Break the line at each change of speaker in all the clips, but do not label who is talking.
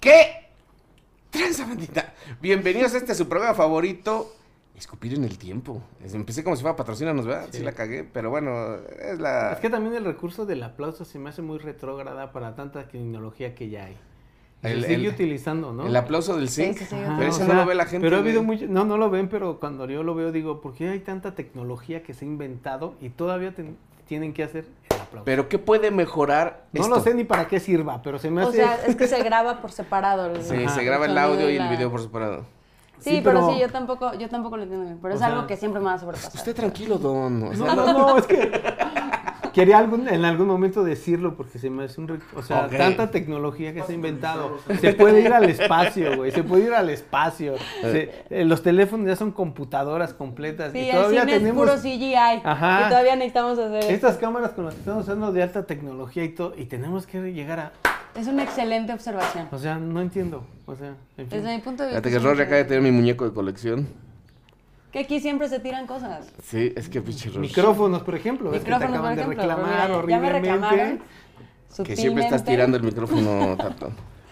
¿Qué? Tranza bandita. Bienvenidos a este su programa favorito. Escupir en el tiempo. Es- Empecé como si fuera patrocinarnos, ¿verdad? Sí.
Sí.
la cagué, pero bueno, es la.
Es que también el recurso del aplauso se me hace muy retrógrada para tanta tecnología que ya hay. Y
El-
se sigue
el-
utilizando, ¿no?
El aplauso del
Sí,
zinc.
sí, sí,
Ajá,
Pero
o
ese no
sea,
lo ve la gente.
Pero ha habido
güey.
mucho, no, no lo ven, pero cuando yo lo veo digo, ¿por qué hay tanta tecnología que se ha inventado y todavía ten- tienen que hacer el aplauso?
Pero ¿qué puede mejorar
no
esto?
lo sé ni para qué sirva, pero se me
O
hace...
sea, es que se graba por separado. el-
Sí,
Ajá.
se graba el
sonido
audio
de
y el
la-
video por separado.
Sí,
Sí,
pero,
pero-
sí, yo tampoco, yo tampoco lo entiendo bien,
O
pero es
sea-
algo que siempre me va a sobrepasar.
Usted tranquilo, don. O sea,
No, no, no, es que quería algún- en algún momento decirlo porque se me hace un... re- O sea,
Ok.
tanta tecnología que se ha inventado. Se puede ir al espacio, güey, se puede ir al espacio. Se- eh, los teléfonos ya son computadoras completas
Sí,
y
el
todavía
cine
tenemos...
es puro CGI.
Ajá.
Y todavía necesitamos hacer.
Estas cámaras con las que estamos usando de alta tecnología y todo, y tenemos que llegar a...
Es una excelente observación.
O sea, no entiendo. O sea, en fin.
Desde mi punto de vista.
Fíjate que
es
Rory acaba de
increíble.
tener mi muñeco de colección.
Que aquí siempre se tiran cosas.
Sí, es que pinche Rory.
Micrófonos, por ejemplo, es que te
Micrófonos,
acaban
por ejemplo.
de reclamar
pero mira, ya me
horriblemente.
reclamaron.
Que siempre
sutilmente.
estás tirando el micrófono, Tato.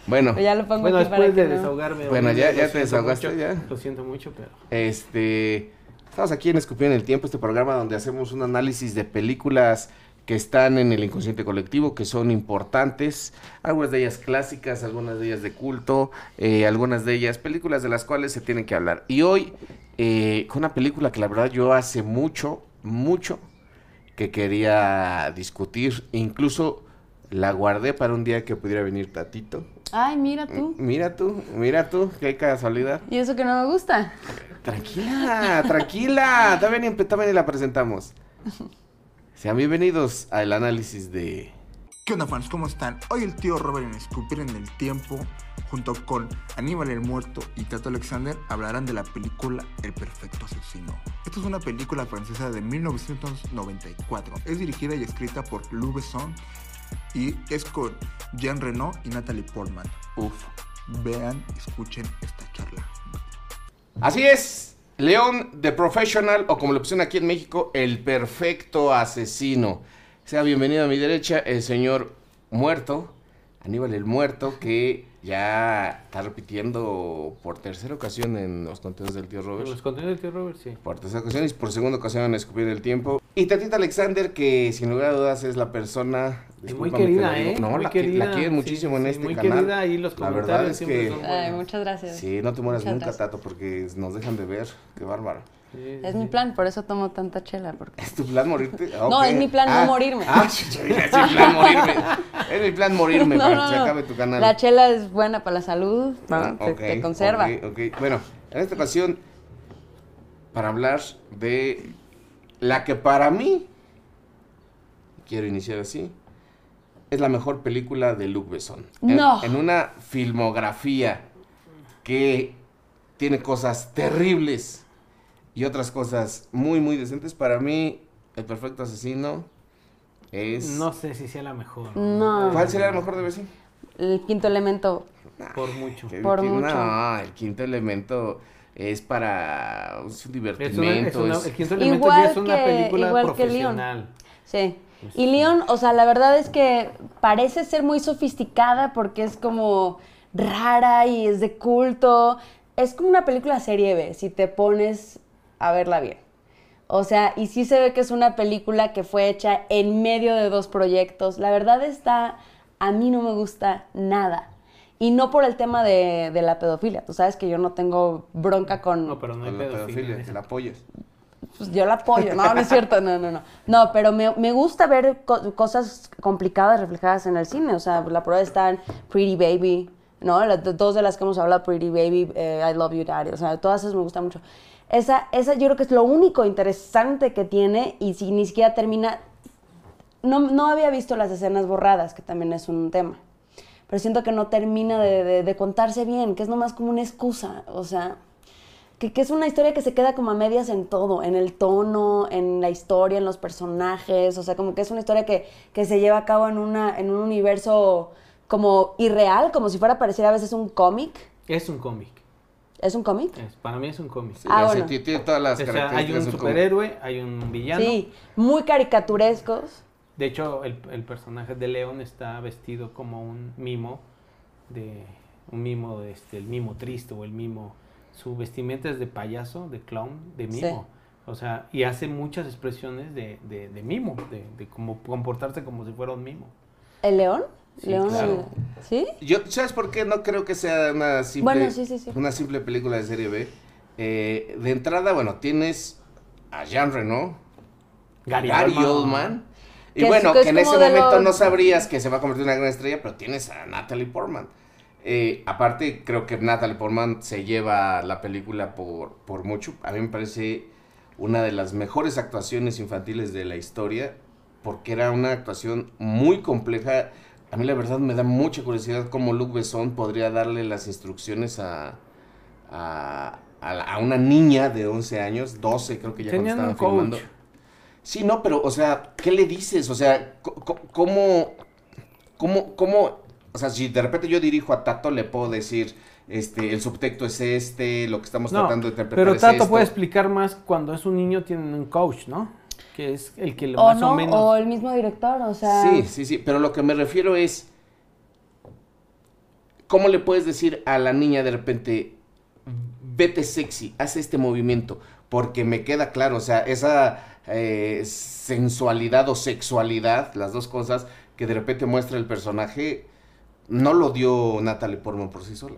Bueno,
Pero Ya lo pongo
Bueno,
aquí para
después de
que no.
desahogarme.
Bueno,
horrible,
ya-
lo
ya te
siento
desahogaste,
mucho,
ya.
Lo siento mucho, pero...
este. Estamos aquí en Escupir en el Tiempo, este programa donde hacemos un análisis de películas que están en el inconsciente colectivo, que son importantes. Algunas de ellas clásicas, algunas de ellas de culto, eh, algunas de ellas películas de las cuales se tienen que hablar. Y hoy, eh, con una película que la verdad yo hace mucho, mucho que quería discutir. Incluso la guardé para un día que pudiera venir Tatito.
Ay, mira tú.
Mira tú, mira tú, qué casualidad.
Y eso que no me gusta.
Tranquila, tranquila. También, ni empe- todavía ni la presentamos. Sean bienvenidos al análisis de.
¿Qué onda fans? ¿Cómo están? Hoy el tío Robert en Escupir en el Tiempo, junto con Aníbal el Muerto y Tato Alexander, hablarán de la película El Perfecto Asesino. Esta es una película francesa de 1994. Es dirigida y escrita por Lou Besson y es con Jean Reno y Natalie Portman.
Uf.
Vean, escuchen esta charla.
Así es. León The Professional, o como lo pusieron aquí en México, el perfecto asesino. Sea bienvenido a mi derecha, el señor muerto, Aníbal el Muerto, que ya está repitiendo por tercera ocasión en los conteos del tío Robert.
Los contenidos de Robert, sí.
por tercera ocasión y por segunda ocasión en Escupir el Tiempo. Y Tatita Alexander, que sin lugar a dudas es la persona...
Y muy
discúlpame que lo
querida,
digo,
¿eh?
No,
Muy
la, que- la
querida,
quieren
sí,
muchísimo en
sí,
este
muy
canal.
querida, y los
la verdad
comentarios
es
siempre
que...
son-
Ay,
Bueno.
muchas gracias.
Sí, no te mueras
Muchas
nunca,
gracias.
Tato, porque nos dejan de ver. Qué bárbaro.
Sí,
Es
sí.
mi plan, por eso tomo tanta chela. Porque...
¿Es tu plan morirte? Ah,
No,
ok.
es mi plan no
Ah,
morirme.
Ah, chucha, es mi plan morirme. Es mi plan morirme
No,
para
no,
que se
no.
acabe tu canal.
La chela es buena para la salud,
Ah,
¿no? te,
ok,
te conserva.
ok, ok. Bueno, en esta ocasión, para hablar de la que para mí, quiero iniciar así, es la mejor película de Luc Besson. En-
No.
En, una filmografía que tiene cosas terribles y otras cosas muy, muy decentes. Para mí, El Perfecto Asesino es...
No sé si sea la mejor.
No.
¿Cuál sería la mejor de Besson?
El quinto elemento.
Por mucho.
El
Por
quin-
mucho.
No, ah, el quinto elemento es para es un
Es una, es
divertimento.
una,
es-
el quinto elemento
Igual
ya es una
que-
película
igual que Leon.
profesional.
Sí.
Este.
Y Leon, o sea, la verdad es que parece ser muy sofisticada porque es como rara y es de culto. Es como una película serie B, si te pones a verla bien. O sea, y sí se ve que es una película que fue hecha en medio de dos proyectos. La verdad está, a mí no me gusta nada. Y no por el tema de, de la pedofilia. Tú sabes que yo no tengo bronca con...
No, pero no hay
con la pedofilia,
pedofilia.
que la apoyas.
Pues yo la apoyo, no, no es cierto, no, no, no. No, pero me, me gusta ver co- cosas complicadas reflejadas en el cine, o sea, la prueba está en Pretty Baby, ¿no? Las do- dos de las que hemos hablado, Pretty Baby, eh, I Love You Daddy, o sea, todas esas me gustan mucho. Esa, esa yo creo que es lo único interesante que tiene y si ni siquiera termina, no, no había visto las escenas borradas, que también es un tema, pero siento que no termina de, de- de contarse bien, que es nomás como una excusa, o sea... Que, que es una historia que se queda como a medias en todo, en el tono, en la historia, en los personajes, o sea, como que es una historia que, que se lleva a cabo en, una, en un universo como irreal, como si fuera a parecer a veces un cómic.
Es un cómic.
¿Es un cómic?
es- para mí es un cómic.
Sí,
Ah,
o sea,
bueno.
ti- Tiene todas
O
las
sea, hay
características.
un
de un cómic.
superhéroe, hay un villano.
Sí, muy caricaturescos.
De hecho, el, el personaje de León está vestido como un mimo de, un mimo, este, el mimo triste o el mimo. Su vestimenta es de payaso, de clown, de
Sí.
mimo. O sea, y hace muchas expresiones de, de, de mimo, de, de como comportarse como si fuera un mimo.
¿El león?
Sí,
¿León?
claro.
el- ¿Sí?
Yo, ¿sabes por qué? No creo que sea una simple,
Bueno, sí, sí, sí.
Una simple película de serie B. Eh, de entrada, bueno, tienes a Jean Reno, Gary, Oldman. Y
Que es-
bueno, que,
que es
en
como
ese
de
momento
los-
no sabrías que se va a convertir en una gran estrella, pero tienes a Natalie Portman. Eh, aparte, creo que Natalie Portman se lleva la película por, por mucho. A mí me parece una de las mejores actuaciones infantiles de la historia, porque era una actuación muy compleja. A mí la verdad me da mucha curiosidad cómo Luc Besson podría darle las instrucciones a, a, a la- a una niña de 11 años, 12 creo que ya
Tenían
cuando
un
estaban filmando.
coach.
Sí, no, pero, o sea, ¿qué le dices? O sea, co- co- ¿cómo, cómo, cómo, o sea, si de repente yo dirijo a Tato, le puedo decir, este, el subtexto es este, lo que estamos
No,
tratando de interpretar
pero
es
Tato pues,
esto.
puede explicar más cuando es un niño, tienen un coach, ¿no? Que es el que lo
O
más
no,
o
o,
menos.
el mismo director, o sea.
Sí, sí, sí, pero lo que me refiero es, ¿cómo le puedes decir a la niña de repente, vete sexy, haz este movimiento? Porque me queda claro, o sea, esa eh, sensualidad o sexualidad, las dos cosas que de repente muestra el personaje, no lo dio Natalie Portman por sí sola.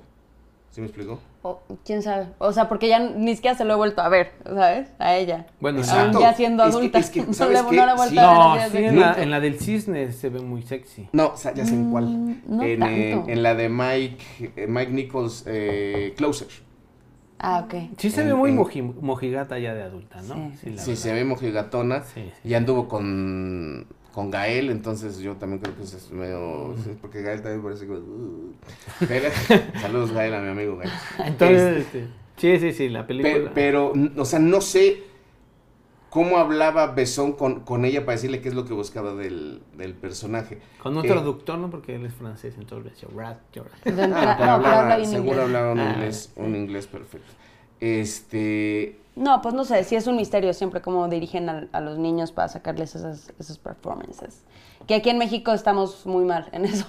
¿Sí me explicó?
o- quién sabe. O sea, porque ya ni siquiera se lo he vuelto a ver, ¿sabes? A ella.
Bueno,
Aún
Exacto.
en
ya siendo
Es que-
adulta.
es que,
no
¿sabes
le- no
qué?
la he vuelto
Sí.
la,
a ver.
no,
así de
sí,
que-
en la,
Nunca.
en la del cisne se ve muy sexy.
No, o sea, ya sé en cuál.
Mm, no
en, eh,
tanto.
en la de Mike, eh, Mike Nichols, eh, Closer.
Ah, ok.
Sí se
En-
ve muy
en-
moji- mojigata ya de adulta, ¿no?
Sí.
la
Sí,
verdad.
se ve mojigatona.
Sí, sí.
Y anduvo con, con Gael, entonces yo también creo que eso es medio... sí, Porque Gael también parece que... Pero- saludos Gael a mi amigo Gael.
Entonces,
Este,
este, sí, sí, sí, la
pe-
película.
pero, n- o sea, no sé cómo hablaba Besón con, con ella para decirle qué es lo que buscaba del, del personaje.
con un
eh,
traductor, ¿no? Porque él es francés, entonces decía, "Rat, llora".
De
Ah,
entrada-
pero
no, pero habla
hablaba-
bien
seguro
inglés.
hablaba un
Ah,
inglés, un inglés perfecto. Este,
No, pues no sé, sí es un misterio siempre cómo dirigen al- a, los niños para sacarles esas, esas performances. Que aquí en México estamos muy mal en eso.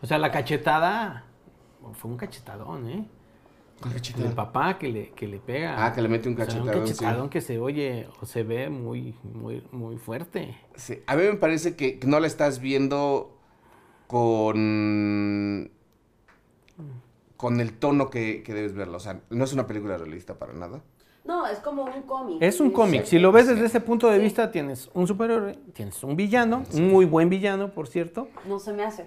O sea, la cachetada fue un cachetadón, ¿eh? El papá que le, que le pega.
Ah, que le mete un
O sea,
cachetadón,
un
sí.
cachetadón que se oye o se ve muy, muy, muy fuerte.
Sí, a mí me parece que no la estás viendo con con el tono que, que debes verla. O sea, no es una película realista para nada.
No, es como un cómic.
Es un cómic. Si lo ves desde ese punto de vista, tienes un superhéroe, tienes un villano, un muy buen villano, por cierto.
No se me hace.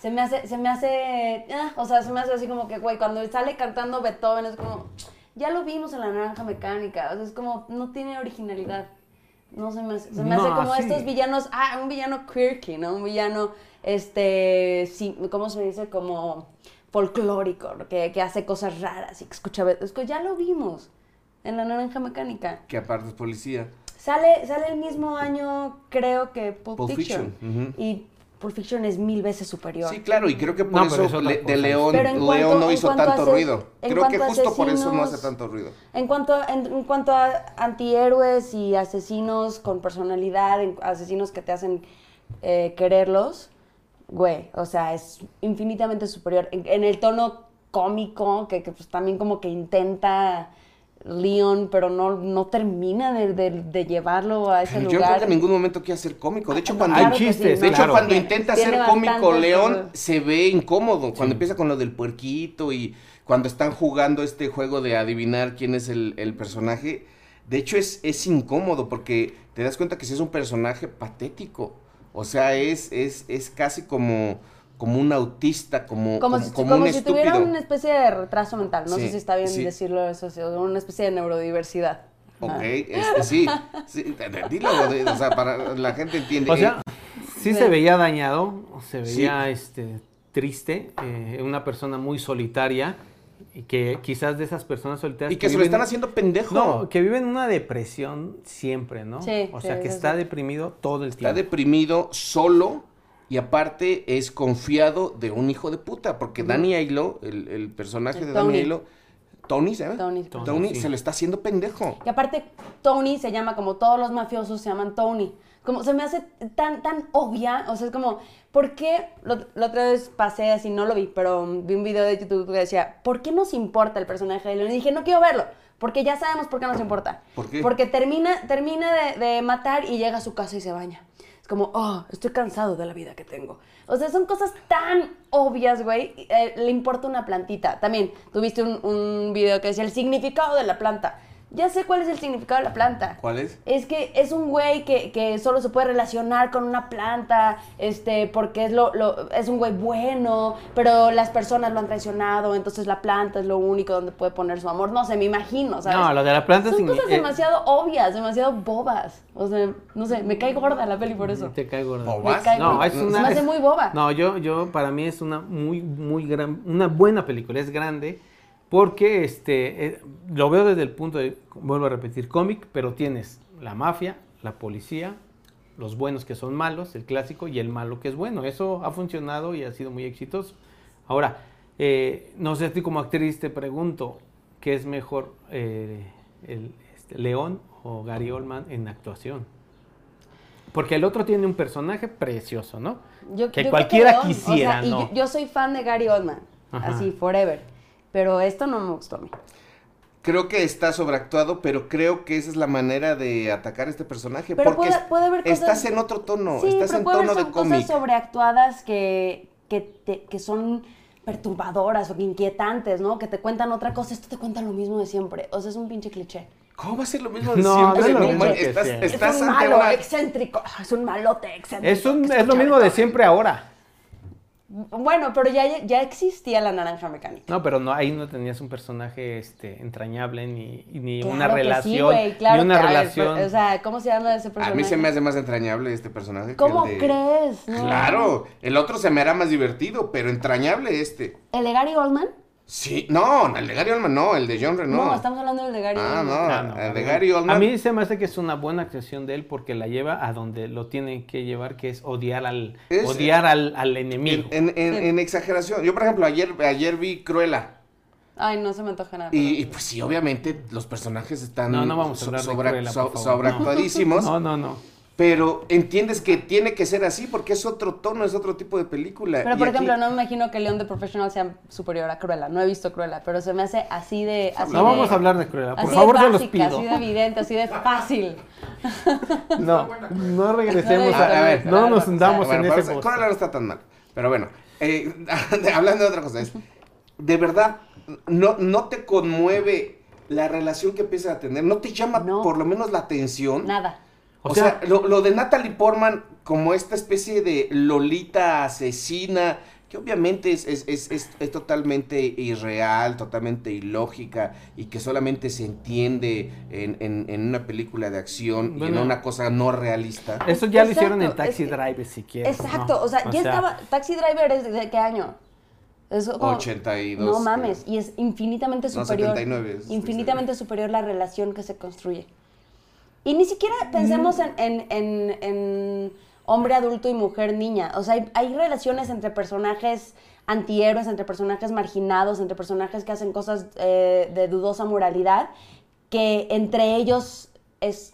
Se me hace, se me hace, ah, o sea, se me hace así como que, güey, cuando sale cantando Beethoven es como, ya lo vimos en la naranja mecánica, o sea, es como, no tiene originalidad. No se me hace, se me
No,
hace como
sí.
estos villanos, ah, un villano quirky, ¿no? Un villano, este, sí, ¿cómo se dice? Como folclórico, ¿no? que, que hace cosas raras y que escucha, Beethoven. es que ya lo vimos en la naranja mecánica.
Que aparte es policía.
Sale, sale el mismo año, creo que Pulp,
Pulp
Fiction.
Fiction, ujú.
Y Pulp Fiction es mil veces superior.
Sí, claro, y creo que por
No,
eso,
pero es otra
Le- de
cosa.
León,
Pero en cuanto-
León no
en
hizo
cuanto a
tanto
ase-
ruido.
en
Creo que
cuanto a
justo por eso no hace
asesinos-
tanto ruido.
En cuanto, a, en, en cuanto a antihéroes y asesinos con personalidad, en- asesinos que te hacen eh, quererlos, güey, o sea, es infinitamente superior. En, en el tono cómico, que, que, pues también como que intenta Leon, pero no, no termina de, de- de llevarlo a ese
Pero yo no creo
lugar.
que en ningún momento quiera ser cómico. De hecho, cuando,
Hay
Claro que
chistes,
de hecho,
claro.
cuando
Tiene-
intenta
tiene
ser cómico
bastantes,
León,
ajá.
se ve incómodo. Cuando empieza con lo del puerquito y cuando están jugando este juego de adivinar quién es el, el personaje. De hecho, es, es incómodo porque te das cuenta que sí es un personaje patético. O sea, es, es, es casi como, como un autista, como,
Como,
como-
si,
como
como
un
si
estúpido.
tuviera una especie de retraso mental. No
Sí,
sé si está bien
sí.
decirlo eso, sí, o una especie de neurodiversidad.
Ok,
Ah.
este, sí, sí, d- d- dilo, d- o sea, para la gente entiende.
O sea, sí se
Sí.
veía dañado, se
Sí.
veía este, triste, eh, una persona muy solitaria y que quizás de esas personas solitarias
Eh, y que se lo
viven-
están haciendo pendejo.
No, que viven una depresión siempre, ¿no?
Sí,
o
sí,
sea, que
sí,
está
sí.
deprimido todo el
Está
tiempo.
deprimido, solo y aparte es confiado de un hijo de puta. Porque Danny Ailo, el, el personaje
El
de Danny
Tony.
Ailo, Tony, ¿sabes?
Tony.
Tony,
Tony, sí.
se lo está haciendo pendejo.
Y aparte, Tony se llama como todos los mafiosos se llaman Tony. Como se me hace tan, tan obvia. O sea, es como, ¿por qué? Lo- la otra vez pasé así, no lo vi, pero um, vi un video de YouTube que decía, ¿por qué nos importa el personaje de Leon? Y dije, no quiero verlo. Porque ya sabemos por qué nos importa.
¿Por qué?
Porque termina, termina de, de matar y llega a su casa y se baña. Es como, oh, estoy cansado de la vida que tengo. O sea, son cosas tan obvias, güey. Eh, le importa una plantita. También tuviste un, un video que decía el significado de la planta. Ya sé cuál es el significado de la planta.
¿Cuál es?
Es que es un güey que, que solo se puede relacionar con una planta, este, porque es, lo, lo- es un güey bueno, pero las personas lo han traicionado, entonces la planta es lo único donde puede poner su amor. No sé, me imagino, ¿sabes?
No, lo de la planta
Son
signi-
cosas
eh,
demasiado obvias, demasiado bobas. O sea, no sé, me cae gorda la peli por eso.
Te cae gorda.
Boba.
Me cae
No,
gorda.
es una.
Se me hace
es-
muy boba.
No, yo, yo, para mí es una muy, muy gran, una buena película, es grande, porque este, eh, lo veo desde el punto de, vuelvo a repetir, cómic, pero tienes la mafia, la policía, los buenos que son malos, el clásico, y el malo que es bueno. Eso ha funcionado y ha sido muy exitoso. Ahora, eh, no sé, a ti como actriz te pregunto, ¿qué es mejor, eh, el, este, León o Gary Oldman en actuación? Porque el otro tiene un personaje precioso, ¿no?
Yo- yo
que
creo
cualquiera
León, o sea,
quisiera,
y
¿no?
yo, yo soy fan de Gary Oldman,
Ajá.
así, forever. Pero esto no me gustó a mí.
Creo que está sobreactuado, pero creo que esa es la manera de atacar a este personaje.
Pero
porque
puede-
es-
puede haber cosas-
Estás en otro tono,
sí,
estás
pero
en
puede haber
tono de
son
cómic.
cosas sobreactuadas que, que, te- que son perturbadoras o que inquietantes, ¿no? Que te cuentan otra cosa, esto te cuentan lo mismo de siempre. O sea, es un pinche cliché.
¿Cómo va a ser lo mismo de
No, no
siempre?
es lo mismo
man,
que
estás,
siempre.
estás
es un
ante
malo,
una-
excéntrico. Ah, Es un malote, excéntrico.
Es, un- es
que
lo
escucha
mismo de siempre ahora.
Bueno, pero ya, ya existía la naranja mecánica.
No, pero no, ahí no tenías un personaje este, entrañable ni, ni
Claro
una
que
relación.
Sí, güey, claro
ni una
que- a ver,
relación.
pero, o sea, ¿cómo se llama ese personaje?
A mí se me hace más entrañable este personaje. que
¿Cómo
el de-
crees? No.
Claro, el otro se me hará más divertido, pero entrañable este.
¿El de Gary Goldman?
Sí, no, el de Gary Oldman no, el de John Reno.
No, estamos hablando del de Gary
Ah,
Oldman.
no,
Ah, no,
el de
no.
Gary Oldman.
A mí se me hace que es una buena actuación de él porque la lleva a donde lo tiene que llevar, que es odiar al,
Es- eh,
odiar al, al enemigo.
en, en- en-
Sí.
en exageración. Yo, por ejemplo, ayer, ayer vi Cruella.
Ay, no se me antoja nada.
Y, y, pues sí, obviamente los personajes están
No, no vamos a
so-
hablar de
sobra-
Cruella,
so-
por favor,
sobreactuadísimos.
no, no, no.
Pero entiendes que tiene que ser así porque es otro tono, es otro tipo de película.
Pero
Y
por
aquí-
ejemplo, no me imagino que León de Professional sea superior a Cruella. No he visto Cruella, pero se me hace así de. Así
No
de-
vamos a hablar de Cruella. Por
así
favor,
de
se los
básica,
pido.
Así de evidente, así de fácil.
No, no regresemos
No,
a,
a ver,
no nos
no,
hundamos
Bueno,
en
para
ese
empezar,
post.
Cruella no está tan mal. Pero bueno, eh, hablando de otra cosa, es, de verdad, no, no te conmueve la relación que empiezas a tener, no te llama
No.
por lo menos la atención.
Nada.
O,
O
sea,
sea-
lo, lo de Natalie Portman como esta especie de lolita asesina, que obviamente es, es- es- es- es totalmente irreal, totalmente ilógica y que solamente se entiende en, en- en una película de acción y en
Bueno.
una cosa no realista.
Eso ya lo hicieron en
Exacto,
Taxi
es que-
Drive, si quieres.
Exacto.
¿no?
O sea, ya estaba. Taxi Driver es de qué año? Es como-
82,
No mames.
creo.
Y es infinitamente
No,
superior.
79 es-
infinitamente superior la relación que se construye. Y ni siquiera pensemos
Mm.
en, en- en- en hombre adulto y mujer niña. O sea, hay, hay relaciones entre personajes antihéroes, entre personajes marginados, entre personajes que hacen cosas eh, de dudosa moralidad, que entre ellos es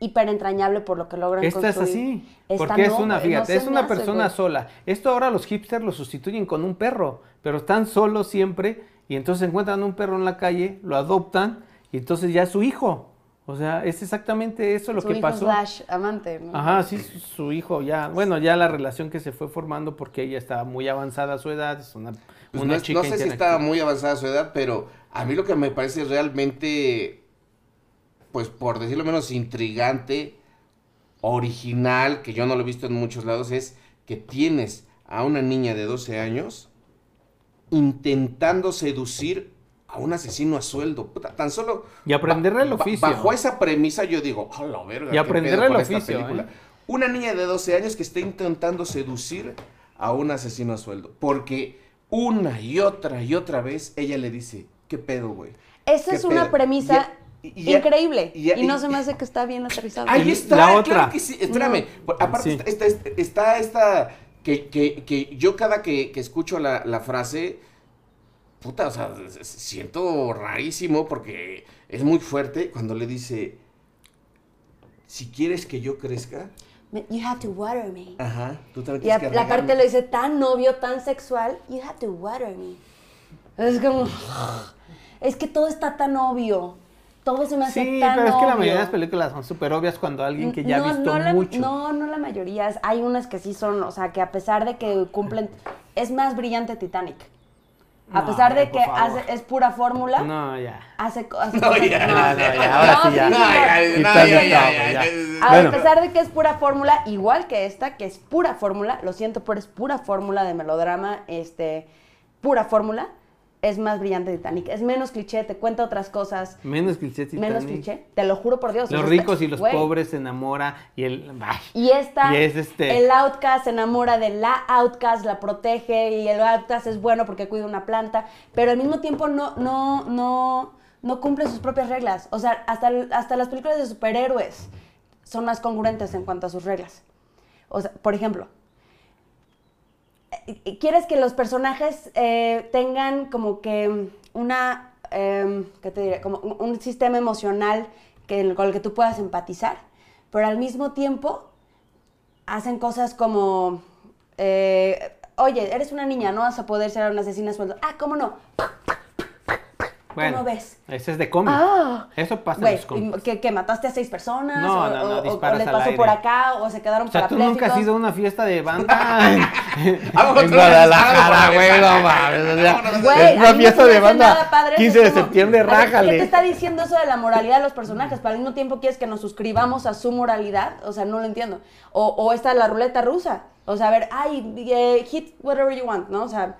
hiper entrañable por lo que logran
Esta es
construir.
así.
Esta
Porque es
no,
una,
güey, no
fíjate,
se
es
me
una
hace,
persona
güey.
sola. Esto ahora los hipsters lo sustituyen con un perro, pero están solos siempre y entonces encuentran un perro en la calle, lo adoptan y entonces ya es su hijo. O sea, es exactamente eso lo
Su
que
hijo
pasó.
slash amante. ¿no?
Ajá, sí, su su hijo ya, bueno, ya la relación que se fue formando porque ella estaba muy avanzada a su edad, es una,
Pues
una
no,
chica
no sé si
interactiva.
estaba muy avanzada su edad, pero a mí lo que me parece realmente, pues por decirlo menos, intrigante, original, que yo no lo he visto en muchos lados, es que tienes a una niña de 12 años intentando seducir a un asesino a sueldo. Puta, tan solo...
Y aprenderle el
ba- ba-
oficio.
Bajo esa premisa yo digo, a la verga.
Y
qué
aprenderle
pedo con
el
esta
oficio,
película".
¿eh?
Una niña de 12 años que está intentando seducir a un asesino a sueldo. Porque una y otra y otra vez ella le dice, ¿qué pedo, güey?
Esa
¿Qué
es una
pedo?
premisa
Y- y- y-
increíble.
y- y-
y no se me hace que está bien aterrizado.
Ahí
Y
está,
la
claro
otra. Mm.
que sí. Espérame, por- aparte
Sí.
está, está- está esta que, que- que yo cada que, que escucho la, la frase, puta, o sea, s- s- siento rarísimo porque es muy fuerte cuando le dice, si quieres que yo crezca,
me- You have to water me.
Ah,
Ajá. Tú también
Y a-
tienes que
la parte
regarme.
lo dice tan novio, tan sexual. You have to water me. Es como. Es que todo está tan obvio. Todo se me hace
Sí,
tan
pero es que la mayoría de las
obvio.
películas son súper obvias cuando alguien que ya ha visto
la,
mucho.
No, no la mayoría. Es- Hay unas que sí son, o sea, que a pesar de que cumplen, es más brillante Titanic. A
No,
pesar de
por
que
favor.
hace- es pura fórmula,
No, ya.
hace, co- hace
No,
cosas-
ya,
no,
no,
ya, ahora sí ya.
No, ya,
no.
Eh, no, ya,
Titanic,
ya,
no,
ya, ya,
ya.
ya.
A
Bueno.
pesar de que es pura fórmula, igual que esta, que es pura fórmula, lo siento, pero es pura fórmula de melodrama, este, pura fórmula, es más brillante Titanic. Es menos cliché, te cuenta otras cosas,
Menos cliché Titanic.
menos cliché, te lo juro por Dios. o
Los
sea,
ricos
está-
y los
güey.
pobres se enamora y el... ay.
Y esta,
Y es este-
el outcast se enamora de la outcast, la protege y el outcast es bueno porque cuida una planta, pero al mismo tiempo no, no, no, no cumple sus propias reglas. O sea, hasta, hasta las películas de superhéroes son más congruentes en cuanto a sus reglas. O sea, por ejemplo, eh, quieres que los personajes eh, tengan como que una, eh, ¿qué te diré? Como un, un sistema emocional que, con el que tú puedas empatizar, pero al mismo tiempo hacen cosas como, eh, oye, eres una niña, no vas a poder ser una asesina a sueldo. Ah, ¿cómo no?
Bueno,
ves?
Ese es de cómics.
Ah.
Eso pasa en
Güey,
los cómics.
que, que mataste a seis personas,
No,
o,
no, no,
o- o-
disparas
o les
al
pasó
aire.
por acá, o se quedaron
O sea, tú nunca has
parapléjicos.
ido a una fiesta de banda en,
Vámonos otra
en
vez,
Guadalajara,
vámonos,
güey, no
vámonos,
mames. O sea,
Güey,
es
a
una
mí no
fiesta
se me
de
hace
banda.
nada padre, eso
15
es
de
como-
septiembre,
A ver, ¿Qué te
rájale.
está diciendo eso de la moralidad de los personajes? Pero al mismo tiempo quieres que nos suscribamos a su moralidad. O sea, no lo entiendo. O, o esta la ruleta rusa. O sea, a ver, ay, eh, hit whatever you want, ¿no? O sea,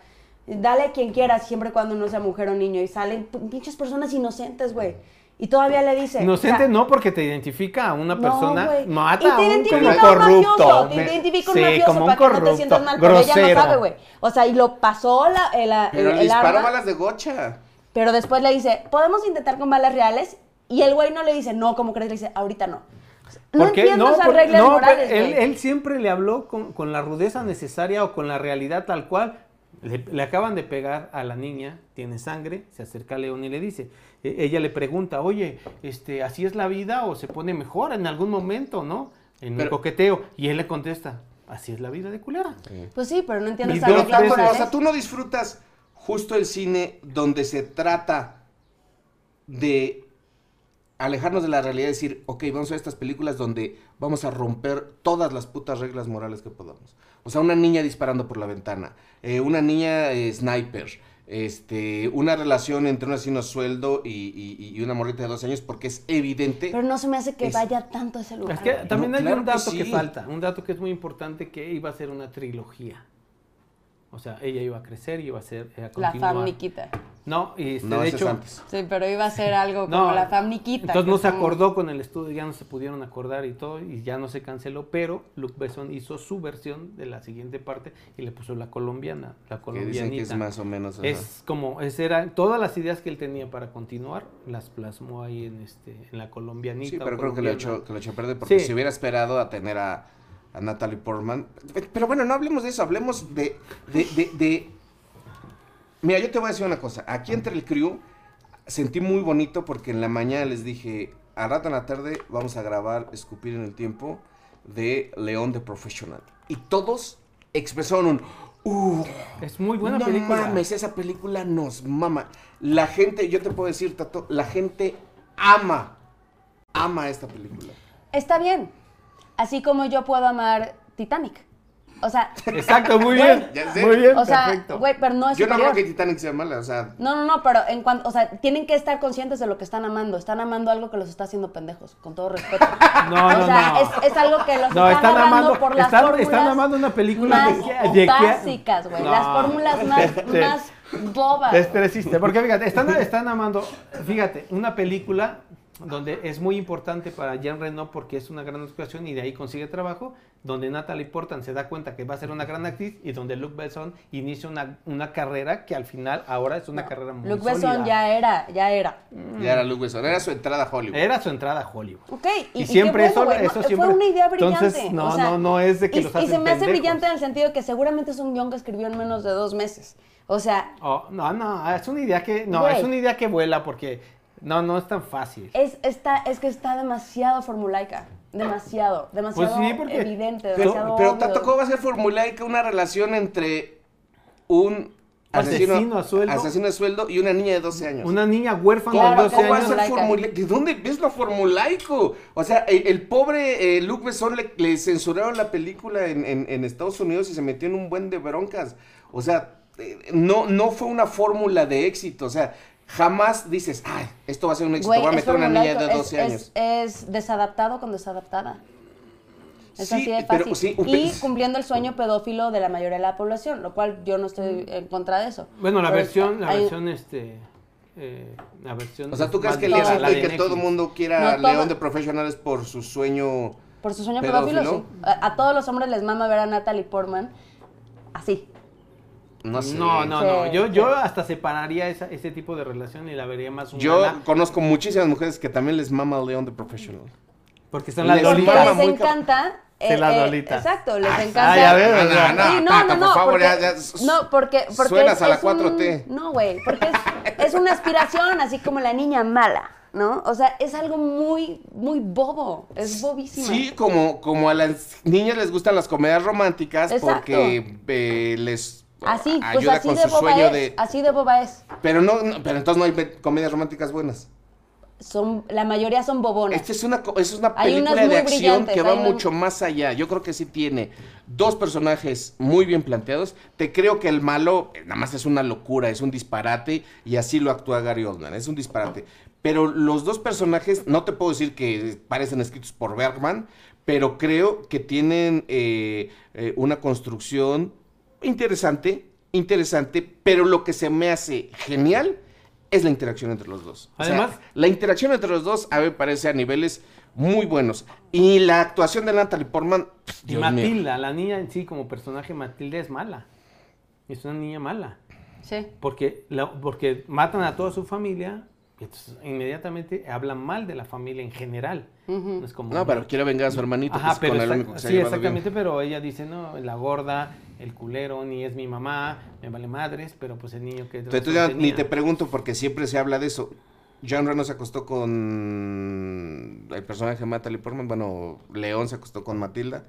dale a quien quieras, siempre y cuando no sea mujer o niño. Y salen p- pinches personas inocentes, güey. Y todavía le dice. o
Inocente
sea,
no, porque te identifica a una persona,
güey.
mata a
y te
un
identifica
como
un
corrupto.
Mafioso, te identifica un
Sí,
mafioso
como un
para que no te sientas
corrupto,
mal, pero ella
grosero.
no sabe, güey. O sea, y lo pasó la, el, el-
Pero le
el
disparó
arma.
balas de gocha.
Pero después le dice, podemos intentar con balas reales. Y el güey no le dice, no, como crees, le dice, ahorita no. O sea, No
¿Por qué?
entiendo esas
por-
reglas
no,
morales.
pero él,
güey.
él siempre le habló con, con la rudeza necesaria o con la realidad tal cual. Le, le acaban de pegar a la niña, tiene sangre, se acerca a León y le dice. E- ella le pregunta, oye, este, ¿así es la vida o se pone mejor en algún momento, no? En un
Pero-
coqueteo. Y él le contesta, así es la vida de culera.
Pues sí, pero no entiendo
Mis
esas
dos
reglas
veces.
Bueno,
morales.
o sea, tú no disfrutas justo el cine donde se trata de alejarnos de la realidad y decir, ok, vamos a ver estas películas donde vamos a romper todas las putas reglas morales que podamos. O sea, una niña disparando por la ventana, eh, una niña eh, sniper, este, una relación entre un asesino a sueldo y, y- y una morrita de 12 años, porque es evidente.
Pero no se me hace que
Es-
vaya tanto a ese lugar.
Es que
güey.
también
No,
hay
claro
un
que
dato que,
sí.
falta, un dato que es muy importante, que iba a ser una trilogía. O sea, ella iba a crecer y iba a ser eh, a
La
continuar.
fam Nikita.
No, y este,
no,
de
ese es
hecho,
antes.
Sí, pero iba a ser algo como la fam Nikita.
Entonces
que
no
es
se
como-
acordó con el estudio, ya no se pudieron acordar y todo, y ya no se canceló, pero Luke Besson hizo su versión de la siguiente parte y le puso la colombiana, la
Que dicen que es
colombianita.
más o menos. ajá.
Es como, es, eran todas las ideas que él tenía para continuar, las plasmó ahí en este, en la colombianita.
Sí,
o
pero creo que lo
colombiana.
echó, que lo echó a perder porque
Sí.
si hubiera esperado a tener a, a Natalie Portman. Pe- Pero bueno, no hablemos de eso, hablemos de, de, de, de- Mira, yo te voy a decir una cosa. Aquí entre el crew sentí muy bonito porque en la mañana les dije, a rato en la tarde vamos a grabar Escupir en el Tiempo de León de Professional. Y todos expresaron un... "Uh,
Es muy buena
no
película.
mames, esa película nos mama. La gente, yo te puedo decir, Tato, la gente ama, ama esta película.
Está bien. Así como yo puedo amar Titanic. O sea,
Exacto, muy bien.
Ya sé.
Muy bien.
o sea,
perfecto.
güey, pero no es
Yo no creo
superior.
que Titanic sea mala, o sea,
No, no, no, pero en cuanto, o sea, tienen que estar conscientes de lo que están amando. Están amando algo que los está haciendo pendejos, con todo respeto.
No, no,
o sea,
no.
Es, es algo que los
No,
está
están
agarrando
amando,
por las
están-
fórmulas
están amando una película
más
de que- de que-
básicas, güey.
No.
Las fórmulas más,
Sí.
más bobas.
Despreciste, porque fíjate, están, están amando, fíjate, una película donde es muy importante para Jean Reno porque es una gran actuación y de ahí consigue trabajo, donde Natalie Portman se da cuenta que va a ser una gran actriz y donde Luke Besson inicia una, una carrera que al final ahora es una carrera muy
Luke Besson
sólida.
ya era, ya era.
ya era Luke Besson, era su entrada a Hollywood.
Era su entrada a Hollywood.
Ok, y,
Y
y qué
siempre
bueno,
eso-
güey, no,
eso siempre-
Fue una idea brillante.
Entonces, no,
o sea,
no, no es de que
y,
los
y
hacen
se me hace
pendejos.
brillante en el sentido que seguramente es un guión que escribió en menos de dos meses. O sea,
Oh, no, no, es una idea que, no,
Güey. Eh,
es una idea que vuela porque, no, no es tan fácil.
es, está, es que está demasiado formulaica. Demasiado, demasiado
Pues sí, porque-
evidente,
Pero,
demasiado
pero
obvio.
Tato, ¿cómo va a ser formulaica una relación entre un asesino,
Asesino a sueldo.
asesino a sueldo y una niña de 12 años?
Una niña huérfana
Claro,
de 12
¿Cómo va a
años.
ser
Formulaica.
formulaico? ¿De dónde ves lo formulaico? O sea, el, el pobre eh, Luke Besson le, le censuraron la película en, en- en Estados Unidos y se metió en un buen de broncas. O sea, eh, no, no fue una fórmula de éxito. O sea, jamás dices, ay, esto va a ser un éxito,
Güey,
voy a
es
meter a una niña
formulaico,
de
es-
12
es-
años.
Es, desadaptado con desadaptada. Es
Sí,
así de
pero
fácil.
sí, un
y
pe-
cumpliendo el sueño pedófilo de la mayoría de la población, lo cual yo no estoy en contra de eso.
Bueno, la
Pero
versión, la
hay-
versión, este, eh, la versión.
O sea, ¿tú crees que el
Toda.
éxito
la
y
de
que
Netflix.
todo el mundo quiera
No, toda-
León de Profesionales por su sueño?
Por su sueño
Pedófilo.
pedófilo, sí. A, a todos los hombres les mama ver a Natalie Portman así.
No sé.
No, no,
Sí,
no. Yo,
sí.
yo hasta separaría esa- ese tipo de relación y la vería más humana.
Yo conozco muchísimas mujeres que también les mama León de Profesional.
porque están las
Les
Porque
mama
lolitas.
les
muy cab-
encanta. eh,
Sí, las lolitas.
exacto, les encanta.
Ah, ya ves,
No,
¿verdad?
no,
Sí,
no, Tata, por favor, ya, ya, s-
no, porque, porque
suenas a la
un-
4T.
no, güey, porque es, es una aspiración, así como la niña mala, ¿no? O sea, es algo muy, muy bobo, es bobísimo.
Sí, como, como a las niñas les gustan las comedias románticas
Exacto.
porque eh, les
Así, pues
ayuda
así
con
de
su
boba
sueño
es,
de...
así de boba es.
Pero, no, no, pero entonces no hay pe- comedias románticas buenas.
Son, la mayoría son bobonas.
Este
Esta es una, co- es una
Hay unas
película de
muy
acción
brillantes,
que va
hay unas-
mucho más allá. Yo creo que sí tiene dos personajes muy bien planteados. Te creo que el malo eh, nada más es una locura, es un disparate y así lo actúa Gary Oldman, es un disparate. Pero los dos personajes, no te puedo decir que parecen escritos por Bergman, pero creo que tienen eh, eh, una construcción interesante, interesante, pero lo que se me hace genial es la interacción entre los dos. O sea,
Además-
la interacción entre los dos a mí me parece a niveles muy buenos. Y la actuación de Natalie Portman, pff,
Y
Dios mío.
Matilda, la niña en sí, como personaje, Matilda es mala. Es una niña mala.
Sí.
Porque, la- porque matan a toda su familia, y entonces inmediatamente hablan mal de la familia en general. No, es como-
No, pero quiere vengar a su hermanito. que
Ajá,
es
pero
pues, con el
exact-
único que se ha
sí,
llevado
exactamente, pero ella dice, no, la gorda, el culero, ni es mi mamá, me vale madres, pero pues el niño que...
bien. Entonces ya ni te pregunto porque siempre se habla de eso. John Reno se acostó con el personaje de Natalie Portman. Bueno, León se acostó con Matilda.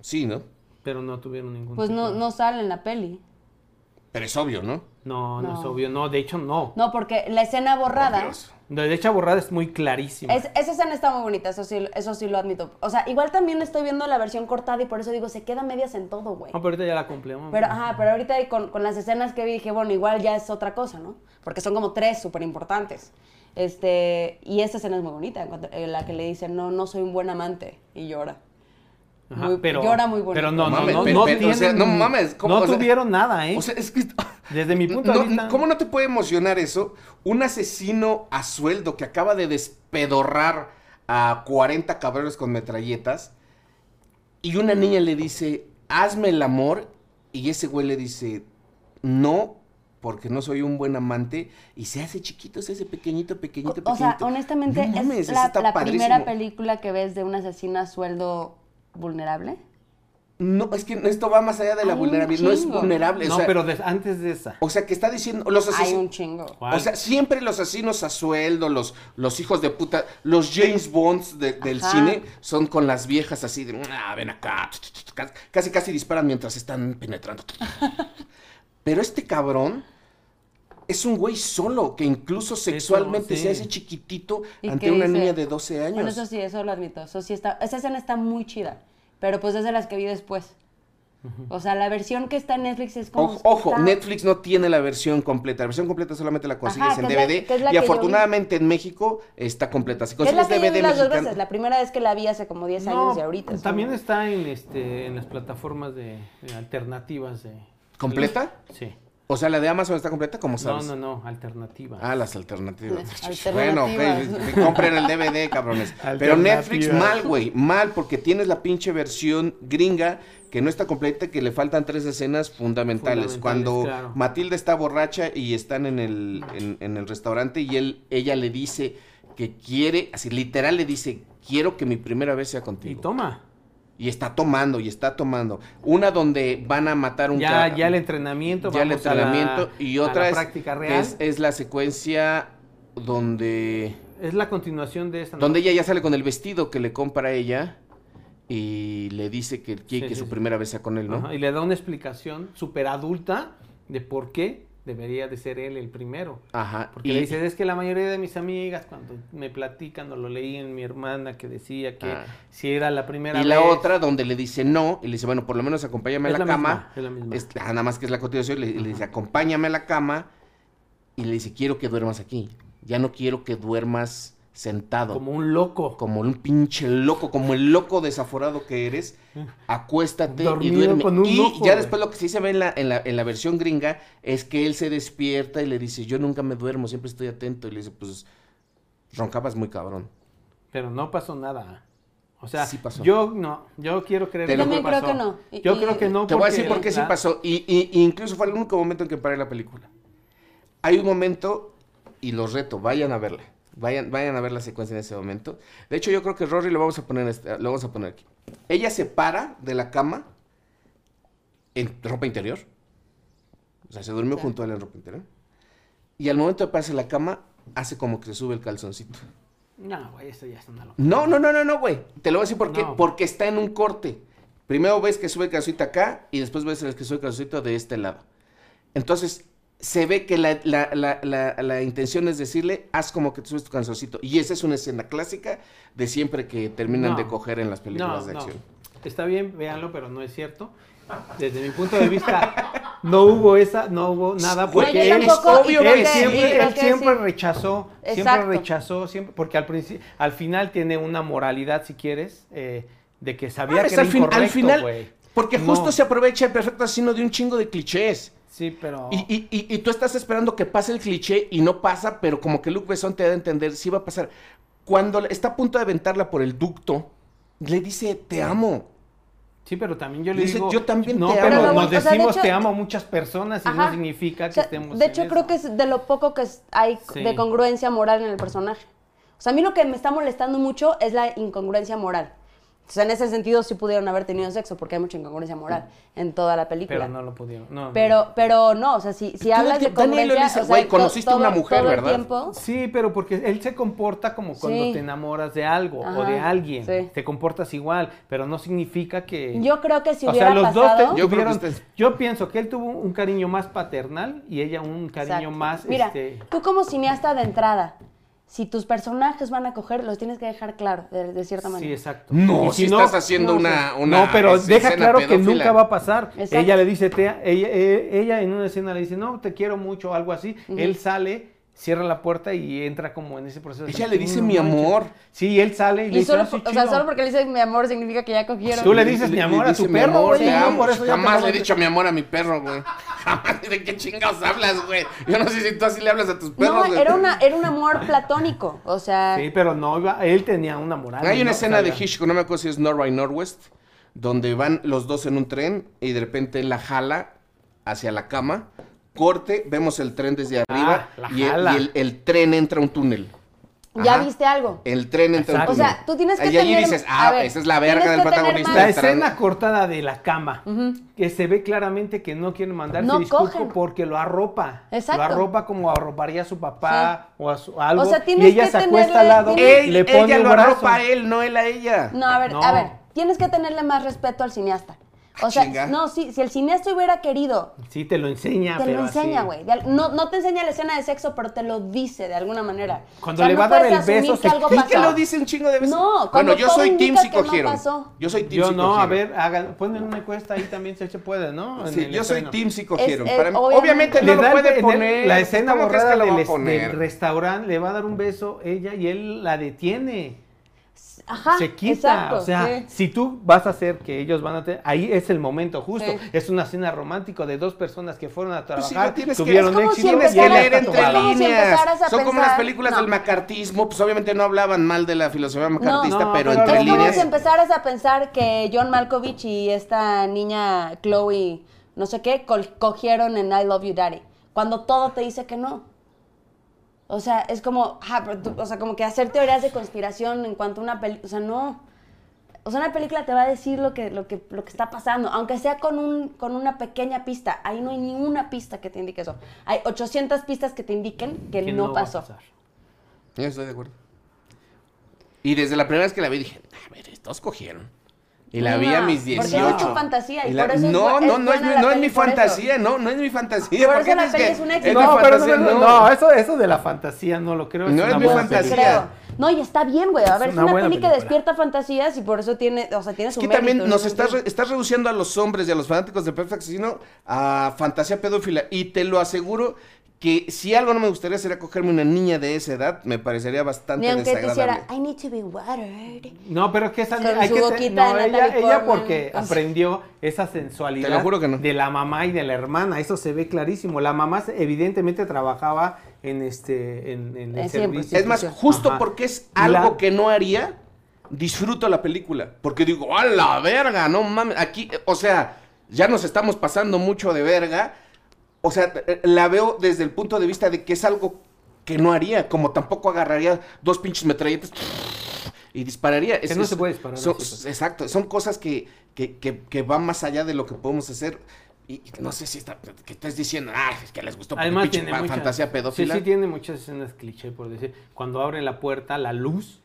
Sí, ¿no?
Pero no tuvieron ningún...
Pues
tipo
no,
de-
no sale en la peli.
Pero es obvio, ¿no?
No, no, es
No.
obvio, no, de hecho no.
No, porque la escena borrada.
Dios.
De hecho, borrada es muy clarísima.
Es- esa escena está muy bonita, eso sí, eso sí lo admito. O sea, igual también estoy viendo la versión cortada y por eso digo, se queda medias en todo, güey.
No, pero ahorita ya la cumplimos.
Pero, ajá, pero ahorita y con, con las escenas que vi dije, bueno, igual ya es otra cosa, ¿no? Porque son como tres súper importantes. Este, y esa escena es muy bonita, en cuanto- en la que le dice, no, no soy un buen amante, y llora.
Ajá,
muy-
pero,
llora muy bonito.
Pero no,
No
no,
mames,
no,
pero-
no
pero, o sea,
tienen-
no mames, ¿cómo?
no
O sea-
tuvieron nada, ¿eh?
O sea, es que...
Desde mi punto
No,
de vista...
¿Cómo no te puede emocionar eso? Un asesino a sueldo que acaba de despedorrar a 40 cabreros con metralletas y una niña le dice, hazme el amor, y ese güey le dice, no, porque no soy un buen amante, y se hace chiquito, se hace pequeñito, pequeñito, pequeñito.
O sea, honestamente,
No mames,
es
eso
la,
está
la
padrísimo.
primera película que ves de un asesino a sueldo vulnerable.
No, es que esto va más allá de la
Hay un
vulnerabilidad, no es
chingo.
vulnerable.
No,
o, sea,
pero de- antes de esa.
o sea, que está diciendo, los
Hay
asesinos...
un chingo.
O sea, siempre los asesinos a sueldo, los, los hijos de puta, los James Bonds de- del
Ajá.
cine son con las viejas así de, "Ah, ven acá, casi casi disparan mientras están penetrando. Pero este cabrón es un güey solo, que incluso sexualmente
sí.
se hace chiquitito
¿Y
ante
qué
una
dice?
niña de 12 años.
Bueno, eso sí, eso lo admito. Eso sí está, esa escena está muy chida, pero pues es de las que vi después. O sea, la versión que está en Netflix es como...
Ojo, ojo,
pues, está-
Netflix no tiene la versión completa. La versión completa solamente la consigues
Ajá,
en
que es la-
DVD.
que es la
y
que yo vi.
afortunadamente en México está completa. Si
Es la
consigues
que yo
DVD
vi las dos
mexicano-
veces. La primera vez que la vi hace como 10 años y ahorita. es
También
como-
está en este en las plataformas de, de alternativas de.
¿Completa?
Sí.
O sea, la de Amazon está completa, como
No,
sabes?
no, no, alternativa.
Ah, las alternativas.
Las
Bueno, ok,
alternativas.
compren el DVD, cabrones. Pero
Alternativas.
Netflix, mal, güey, mal, porque tienes la pinche versión gringa que no está completa, que le faltan tres escenas fundamentales.
Fundamentales,
Cuando
claro.
Matilda está borracha y están en el, en, en el restaurante y él, ella le dice que quiere, así literal le dice, quiero que mi primera vez sea
y
contigo.
toma.
Y está tomando, y está tomando. Una donde van a matar un
Ya,
ca-
ya el entrenamiento.
ya el
vamos a la-
entrenamiento y
a
otra
la
es,
práctica
que
real.
es es la secuencia donde
es la continuación de esta.
Donde
novela.
ella ya sale con el vestido que le compra a ella y le dice que quiere
Sí,
que
sí,
su
sí.
primera vez sea con él, ¿no?
Ajá, y le da una explicación súper adulta de por qué debería de ser él el primero.
Ajá.
Porque
Y,
le dice, es que la mayoría de mis amigas, cuando me platican, o lo leí en mi hermana, que decía que
Ah.
si era la primera
y la
vez,
otra donde le dice no y le dice, bueno, por lo menos acompáñame
Es
a la,
la misma,
cama.
es la misma.
Es- ah, nada más que es la continuación. Le, le dice, acompáñame a la cama y le dice, quiero que duermas aquí. Ya no quiero que duermas sentado.
como un loco.
como un pinche loco, como el loco desaforado que eres, acuéstate
Dormido
y duerme.
con un
y
ojo,
ya
güey.
después lo que sí se ve en la, en, la, en la versión gringa es que él se despierta y le dice, yo nunca me duermo, siempre estoy atento. Y le dice, pues, roncabas muy cabrón.
Pero no pasó nada. O sea,
Sí pasó.
yo no, yo quiero creer
Te
que
lo-
no
También
creo
pasó.
que no. Y-
Yo
y-
creo que no
Te voy a decir por
porque
qué sí
la-
pasó. Y, y- y incluso fue el único momento en que paré la película. Hay un momento, y los reto, vayan a verla. Vayan, vayan a ver la secuencia en ese momento. De hecho, yo creo que Rory lo vamos a poner, este- lo vamos a poner aquí. Ella se para de la cama en ropa interior. O sea, se durmió
Ya.
junto a él en ropa interior. Y al momento de pararse de la cama, hace como que se sube el calzoncito.
No, güey, eso ya es una locura.
No, no, no, no, no, güey. Te lo voy a decir por qué.
No.
Porque está en un corte. Primero ves que sube el calzoncito acá y después ves el que sube el calzoncito de este lado. Entonces, se ve que la, la- la- la- la intención es decirle, haz como que te subes tu calzoncito. Y esa es una escena clásica de siempre que terminan
No.
de coger en las películas
No,
de
no.
acción.
Está bien, véanlo, pero no es cierto. Desde mi punto de vista, no hubo esa, no hubo nada,
Güey,
porque
yo
él,
tampoco,
y
él
creo que-
siempre,
y creo
él
que
siempre
sí.
rechazó,
Exacto.
siempre rechazó, siempre, porque al principio, al final tiene una moralidad, si quieres, eh, de que sabía
Mames,
que era
Ah, al, fin- al
incorrecto,
final,
güey.
porque
No.
justo se aprovecha el perfecto asesino de un chingo de clichés.
Sí, pero...
Y, y- y- y tú estás esperando que pase el cliché y no pasa, pero como que Luke Besson te da a entender si va a pasar. Cuando le- está a punto de aventarla por el ducto, le dice, te amo.
Sí, pero también yo le
Dice,
digo.
"Yo también
no,
te
pero
amo".
nos
Pero, o sea, de
decimos
hecho-
te amo a muchas personas y
Ajá.
no significa que
O sea,
estemos.
de
en
hecho,
eso.
creo que es de lo poco que es- hay
Sí.
de congruencia moral en el personaje. O sea, a mí lo que me está molestando mucho es la incongruencia moral. Entonces, en ese sentido, sí pudieron haber tenido sexo, porque hay mucha incongruencia moral en toda la película.
Pero no lo pudieron. No, no.
Pero, pero no, o sea, si, si
Todo
hablas
el
de
tiempo- Daniel
congruencia,
Eloisa,
o sea,
güey,
to-
conociste a una mujer,
todo el
¿verdad?
tiempo-
Sí, pero porque él se comporta como cuando
Sí.
te enamoras de algo o
Ajá,
de alguien.
sí.
Te comportas igual, pero no significa que.
Yo creo que si
o
hubiera
sea, los
pasado-
dos te-
Yo creo que
tuvieron-
ustedes-
yo pienso que él tuvo un cariño más paternal y ella un cariño
Exacto.
más.
Mira,
este,
tú como cineasta de entrada, si tus personajes van a coger, los tienes que dejar claro, de, de cierta
Sí,
manera.
exacto.
No,
Y
si estás haciendo
no,
una-
sí.
una
No, pero
es-
deja
escena
claro que
pedófila.
nunca va a pasar.
Exacto.
Ella le dice, te- ella, e- ella en una escena le dice, no, te quiero mucho, o algo así. Él sale, cierra la puerta y entra como en ese proceso. de-
Ella le dice,
"No
"Mi
manches".
amor".
Sí, él sale y, le
y
dice,
solo,
"Ah, sí,
o sea,
chido".
solo porque le dices mi amor significa que ya cogieron.
Tú le dices, "Mi amor", a tu
mi
perro,
amor,
güey,
te
¿no?
amo.
Por eso ya te
Jamás le he
conoces.
dicho mi amor a mi perro, güey. Jamás. ¿De qué chingados hablas, güey? Yo no sé si tú así le hablas a tus
No,
perros. güey.
era, una, era un amor platónico, o sea...
Sí, pero no, iba- él tenía una moral.
Hay una
¿no?
escena
O
de
sea,
Hitchcock, no me acuerdo si es North by Northwest, donde van los dos en un tren y de repente la jala hacia la cama, corte, vemos el tren
Ah,
desde arriba
la
y, el,
jala.
y el- el tren entra a un túnel.
¿Ya
Ajá.
viste algo?
El tren entra a un
Exacto.
O
túnel.
sea, tú tienes que
Y allí
tener-
dices,
a
ah,
ver,
esa es la verga
tienes
del
que tener
protagonista.
más-
La
entrando.
escena cortada de la cama, que se ve claramente que no quieren mandarse
No
disculpo
cogen.
porque lo arropa.
Exacto.
Lo arropa como arroparía a su papá o a su, a algo.
O sea,
y
tienes
ella
que
se acuesta
tenerle-
al lado,
Él-
le pone
ella
el
lo
brazo.
arropa a él, no él a ella.
No, a ver,
No.
a ver, tienes que tenerle más respeto al cineasta. O sea,
Chinga.
no, sí, si el cineasta hubiera querido
Sí, te lo enseña,
Te
Ah, pero
lo
así.
enseña, güey. De al- No, no te enseña la escena de sexo, pero te lo dice de alguna manera.
Cuando le va a
no puedes
dar el beso,
asumir que
se-
algo
¿Y
pasó.
que lo dice un chingo de veces?
No,
bueno,
cuando
yo
todo
soy Team
indica que no
Psicogiero.
pasó.
yo soy Team
Yo no, a
Psicogiero.
ver, hagan, ponen una encuesta ahí también si se puede, ¿no? En
Sí,
el
yo soy
estreno.
Team Psicogiero.
Es- es-
Para mí-
obviamente-
obviamente no
Le da
lo
el- en
puede
el-
poner.
la escena
¿Cómo crees
borrada
que lo va
del,
a poner?
del restaurante, le va a dar un beso ella y él la detiene.
Ajá,
se quita.
Ah, exacto,
o sea,
sí.
si tú vas a hacer que ellos van a tener, ahí es el momento justo.
Sí.
Es una cena romántica de dos personas que fueron a
Pues sí,
trabajar,
lo tienes que-
tuvieron
es como
éxito
si
Tienes
y
que
él
empezaras-
leer
está
es
entre
tomado.
como si
líneas.
empezaras a
Son como las
pensar-
películas
no.
del macartismo, pues obviamente no hablaban mal de la filosofía macartista, pero,
no, pero
entre
Es como
líneas.
si empezaras a pensar que John Malkovich y esta niña Chloe, no sé qué, col- cogieron en I Love You Daddy. Cuando todo te dice que no. O sea, es como, ajá, pero tú- o sea, como que hacer teorías de conspiración en cuanto a una película, o sea, no. O sea, una película te va a decir lo que, lo que, lo que está pasando, aunque sea con, un, con una pequeña pista. Ahí no hay ni una pista que te indique eso. Hay 800 pistas que te indiquen que,
Que
no,
no va a
pasó.
pasar.
Yo estoy de acuerdo. Y desde la primera vez que la vi dije, a ver, estos cogieron. Y la
No,
vi a mis
porque es
18.
tu fantasía, y
la-
por eso es
no,
bu- es
no, no es,
buena
mi,
la
no es
peli
mi
por eso.
fantasía, no, no es mi fantasía.
Por
¿Por
eso
qué
la
dices
peli
que
es un éxito.
mi
No,
No, pero
fantasía?
no, no, no, eso, eso de la fantasía no lo creo.
No es
una
mi
buena
No
fantasía.
película.
creo. No, y está bien, güey. A ver,
Es
es
una
una,
buena
peli
película.
que despierta fantasías y por eso tiene, o sea, tiene
Es
su
que
mérito,
también
¿no?
nos estás, re- estás reduciendo a los hombres y a los fanáticos de Perfect Asesino a fantasía pedófila. Y te lo aseguro que si algo no me gustaría sería cogerme una niña de esa edad, me parecería bastante
Ni aunque te
desagradable.
hiciera, I need to be watered.
No, pero es que esa
Con
hay
su
que
boquita
te-
de
no,
Natalie
ella, ella
Portman.
porque
Así.
aprendió esa sensualidad
Te lo juro que no.
de la mamá y de la hermana, eso se ve clarísimo. La mamá se- evidentemente trabajaba en este en, en el
Eh, siempre,
servicio.
sí,
Es más, justo
Ajá.
porque es
La-
algo que no haría, disfruto la película. Porque digo, a la verga, no mames. Aquí, eh, o sea, ya nos estamos pasando mucho de verga. O sea, t- eh, la veo desde el punto de vista de que es algo que no haría. Como tampoco agarraría dos pinches metralletas y dispararía.
Que no se puede disparar, pues.
son-
no se puede.
exacto, son cosas que, que, que, que van más allá de lo que podemos hacer. Y y no sé si está, que estás diciendo, ah, es que les gustó porque
Además
pinche
tiene
fa-
mucha-
fantasía pedófila.
Sí, sí tiene muchas escenas cliché por decir, cuando abren la puerta, la luz,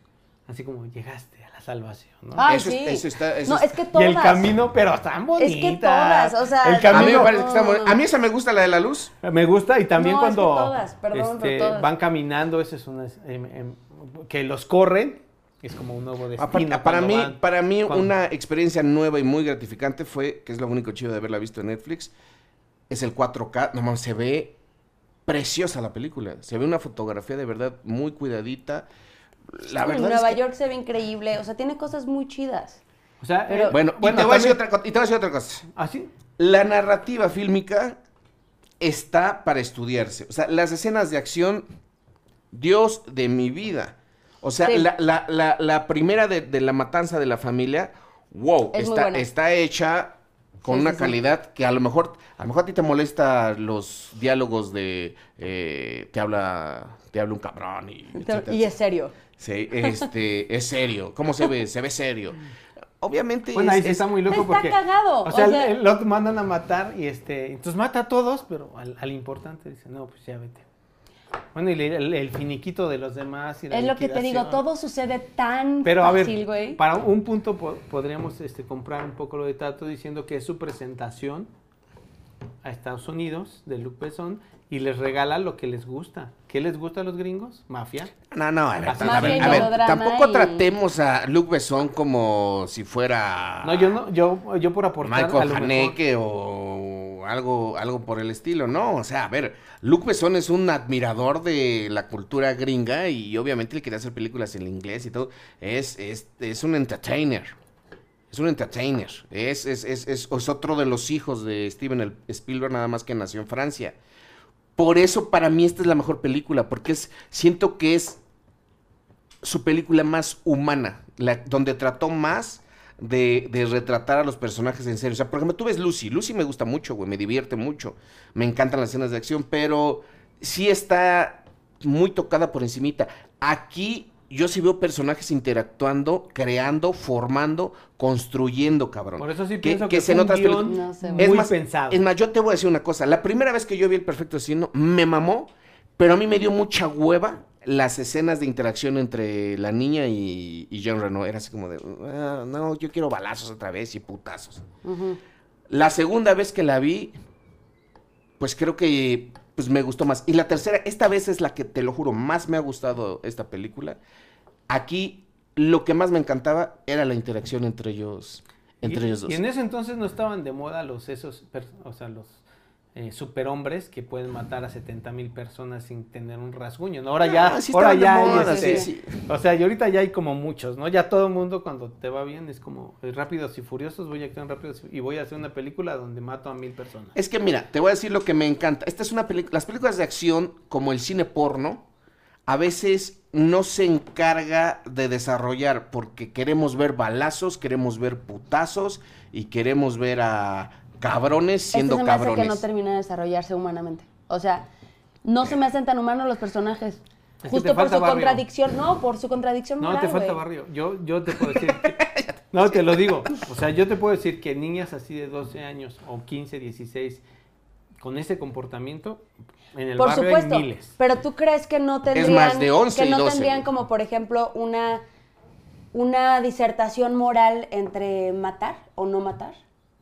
así como llegaste a la salvación, ¿no?
Ay,
Eso es-
sí.
eso está- eso
no,
está-
es que
y
todas.
el camino, pero tan bonita.
Es que todas, o sea,
A
el
A
mí me
camino
parece que está
No,
muy-
no.
A mí esa me gusta, la de la luz.
Me gusta y también
No, es que
cuando este,
todas, perdón, pero todas.
van caminando, eso es una em, em, que los corren, es como un nuevo destino.
Aparte, para,
cuando
mí,
van-
para mí
cuando-
una experiencia nueva y muy gratificante fue, que es lo único chido de haberla visto en Netflix, es el 4K. No mames, se ve preciosa la película. Se ve una fotografía de verdad muy cuidadita. La verdad es
Nueva
que-
York se ve increíble. O sea, tiene cosas muy chidas.
O sea,
Pero-
eh,
Bueno, y
bueno,
te voy a decir
también- ¿Ah,
otra co- y te voy a decir otra cosa.
así
La narrativa fílmica está para estudiarse. O sea, las escenas de acción, Dios de mi vida. O sea,
Sí.
la, la- la- la primera de, de la matanza de la familia, wow,
Es muy
está,
buena.
está hecha con
Sí,
una
sí, sí.
calidad que a lo mejor, a lo mejor a ti te molesta los diálogos de eh, te habla, te habla un cabrón y, etcétera,
Y es serio.
Sí, este, es serio. ¿Cómo se ve? Se ve serio. Obviamente
Bueno, ahí
es-
sí está muy loco
Está
porque.
cagado,
O sea,
o sea-
el- lo mandan a matar y este. Entonces mata a todos, pero al, al importante dice, no, pues ya vete. Bueno, y le- el, el finiquito de los demás. Y la
Es lo que te digo,
liquidación.
todo sucede tan
Pero a ver,
fácil, güey.
para un punto po- podríamos este, comprar un poco lo de Tato diciendo que es su presentación a Estados Unidos de Luke Besson y les regala lo que les gusta. ¿Qué les gusta a los gringos? Mafia.
No, no, a ver,
Así
a
es.
ver,
Más
a ver,
melodrama
tampoco
y-
tratemos a Luke Besson como si fuera
No, yo no, yo, yo por aportar a
Michael
lo mejor.
Haneke o algo, algo por el estilo, ¿no? O sea, a ver, Luke Besson es un admirador de la cultura gringa y obviamente él quería hacer películas en inglés y todo. Es, es, es un entertainer. Es un entertainer. Es, es, es, es- es otro de los hijos de Steven el- Spielberg, nada más que nació en Francia. Por eso para mí esta es la mejor película, porque es, siento que es su película más humana, la, donde trató más de, de retratar a los personajes en serio. O sea, por ejemplo, tú ves Lucy. Lucy me gusta mucho, güey, me divierte mucho. Me encantan las escenas de acción, pero sí está muy tocada por encimita. Aquí yo sí veo personajes interactuando, creando, formando, construyendo, cabrón.
Por eso sí
Que-
pienso que,
que
es
se
un
notas peli-
guión
No sé,
muy
güey.
es más,
pensado.
Es más, yo te voy a decir una cosa. La primera vez que yo vi El Perfecto Asesino, me mamó, pero a mí me dio mucha hueva las escenas de interacción entre la niña y, y Jean Reno. Era así como de, "Ah, no, yo quiero balazos otra vez y putazos.
Ujú.
La segunda vez que la vi, pues creo que pues me gustó más. Y la tercera, esta vez es la que te lo juro, más me ha gustado esta película. Aquí lo que más me encantaba era la interacción entre ellos, entre
y,
ellos dos.
y en ese entonces no estaban de moda los esos, per- o sea, los eh, superhombres que pueden matar a 70 mil personas sin tener un rasguño. ¿no? Ahora ya,
Ah, sí
ahora
estaban de
ya, hay,
moda,
este,
sí, sí.
o sea, y ahorita ya hay como muchos, ¿no? Ya todo el mundo cuando te va bien es como eh, rápidos y furiosos, voy a actuar en rápidos y y voy a hacer una película donde mato a mil personas.
Es que mira, te voy a decir lo que me encanta. Esta es una película. Las películas de acción, como el cine porno, a veces no se encarga de desarrollar porque queremos ver balazos, queremos ver putazos y queremos ver a cabrones siendo
este se me hace
cabrones.
que no termina de desarrollarse humanamente. O sea, no se me hacen tan humanos los personajes.
que te
Justo por
falta
su
barrio.
contradicción, no, por su contradicción
No,
moral,
te falta
güey.
barrio. Yo, yo te puedo decir. que- no, te lo digo. O sea, yo te puedo decir que niñas así de 12 años o 15, 16, con ese comportamiento, en el
Por
barrio
supuesto.
hay miles.
Pero tú crees que no tendrían
más, de 11
que
y
no
12,
tendrían
güey.
como por ejemplo una una disertación moral entre matar o no matar.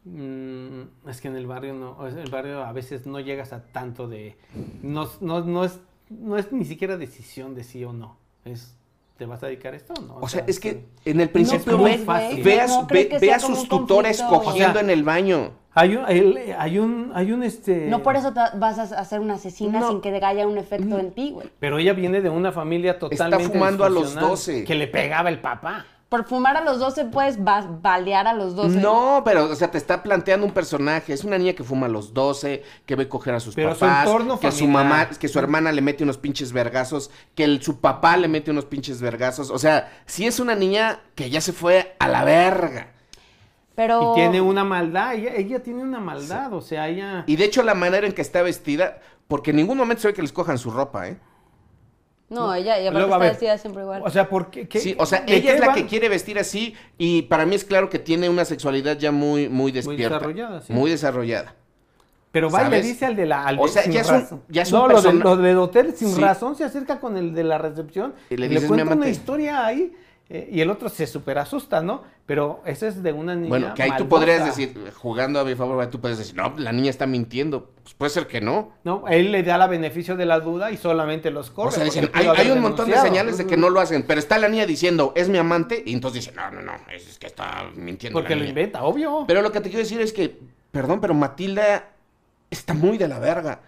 Mm, es que en el barrio no, o sea, el barrio a veces no llegas a tanto de, no, no, no es, no es ni siquiera decisión de sí o no, es, ¿te vas a dedicar a esto o no?
O sea, es que en el principio
No,
ve,
es fácil.
ve a,
No
su-
creo
ve-
que
ve
sea
a
como
sus
un
tutores
conflicto.
cogiendo
O sea,
en el baño.
Hay un, el- hay un, hay un, este...
No por eso te vas a hacer una asesina
No. Mm.
sin que haya un efecto en ti, güey.
Pero ella viene de una familia totalmente
fumando a los
disfuncional,
12.
Que le pegaba el papá.
Por fumar a los 12 puedes ba- balear a los 12.
No, pero, o sea, te está planteando un personaje. Es una niña que fuma a los 12, que ve coger a sus
Pero su
papás.
entorno
que su
familiar.
mamá, que su hermana le mete unos pinches vergazos, que el- su papá le mete unos pinches vergazos. O sea, si es una niña que ya se fue a la verga.
Pero
Y tiene una maldad. Ella, ella tiene una maldad. O sea, ella.
Y de hecho, la manera en que está vestida, porque en ningún momento se ve que les cojan su ropa, ¿eh?
no, ella y aparte
Luego, a
está
ver,
vestida siempre igual.
O sea, ¿por qué? qué-
Sí, o sea,
de
ella
qué
es la
van?
que quiere vestir así y para mí es claro que tiene una sexualidad ya muy, muy despierta.
desarrollada, sí.
Muy desarrollada.
Pero va y le
¿sabes?
dice al de la. Al
O
de-
sea,
sin
ya es un-
razón.
ya es
no,
un
lo, del,
persona-
lo del hotel sin
Sí.
razón se acerca con el de la recepción.
Y le
y
dices, "Mi
cuenta una
amante".
historia ahí. eh, y el otro se super asusta, ¿no? Pero ese es de una niña.
Bueno, que ahí tú
maldosa.
podrías decir, jugando a mi favor, tú puedes decir, no, la niña está mintiendo. Pues puede ser que no.
No, él le da la beneficio de la duda y solamente los corre.
o sea,
porque
dicen,
pudo
hay,
haber
hay un montón de
denunciado.
señales de que no lo hacen, pero está la niña diciendo, es mi amante, y entonces dice, no, no, no, es, es que está mintiendo. la
Porque lo
niña".
inventa, obvio.
Pero lo que te quiero decir es que, perdón, pero Matilda está muy de la verga.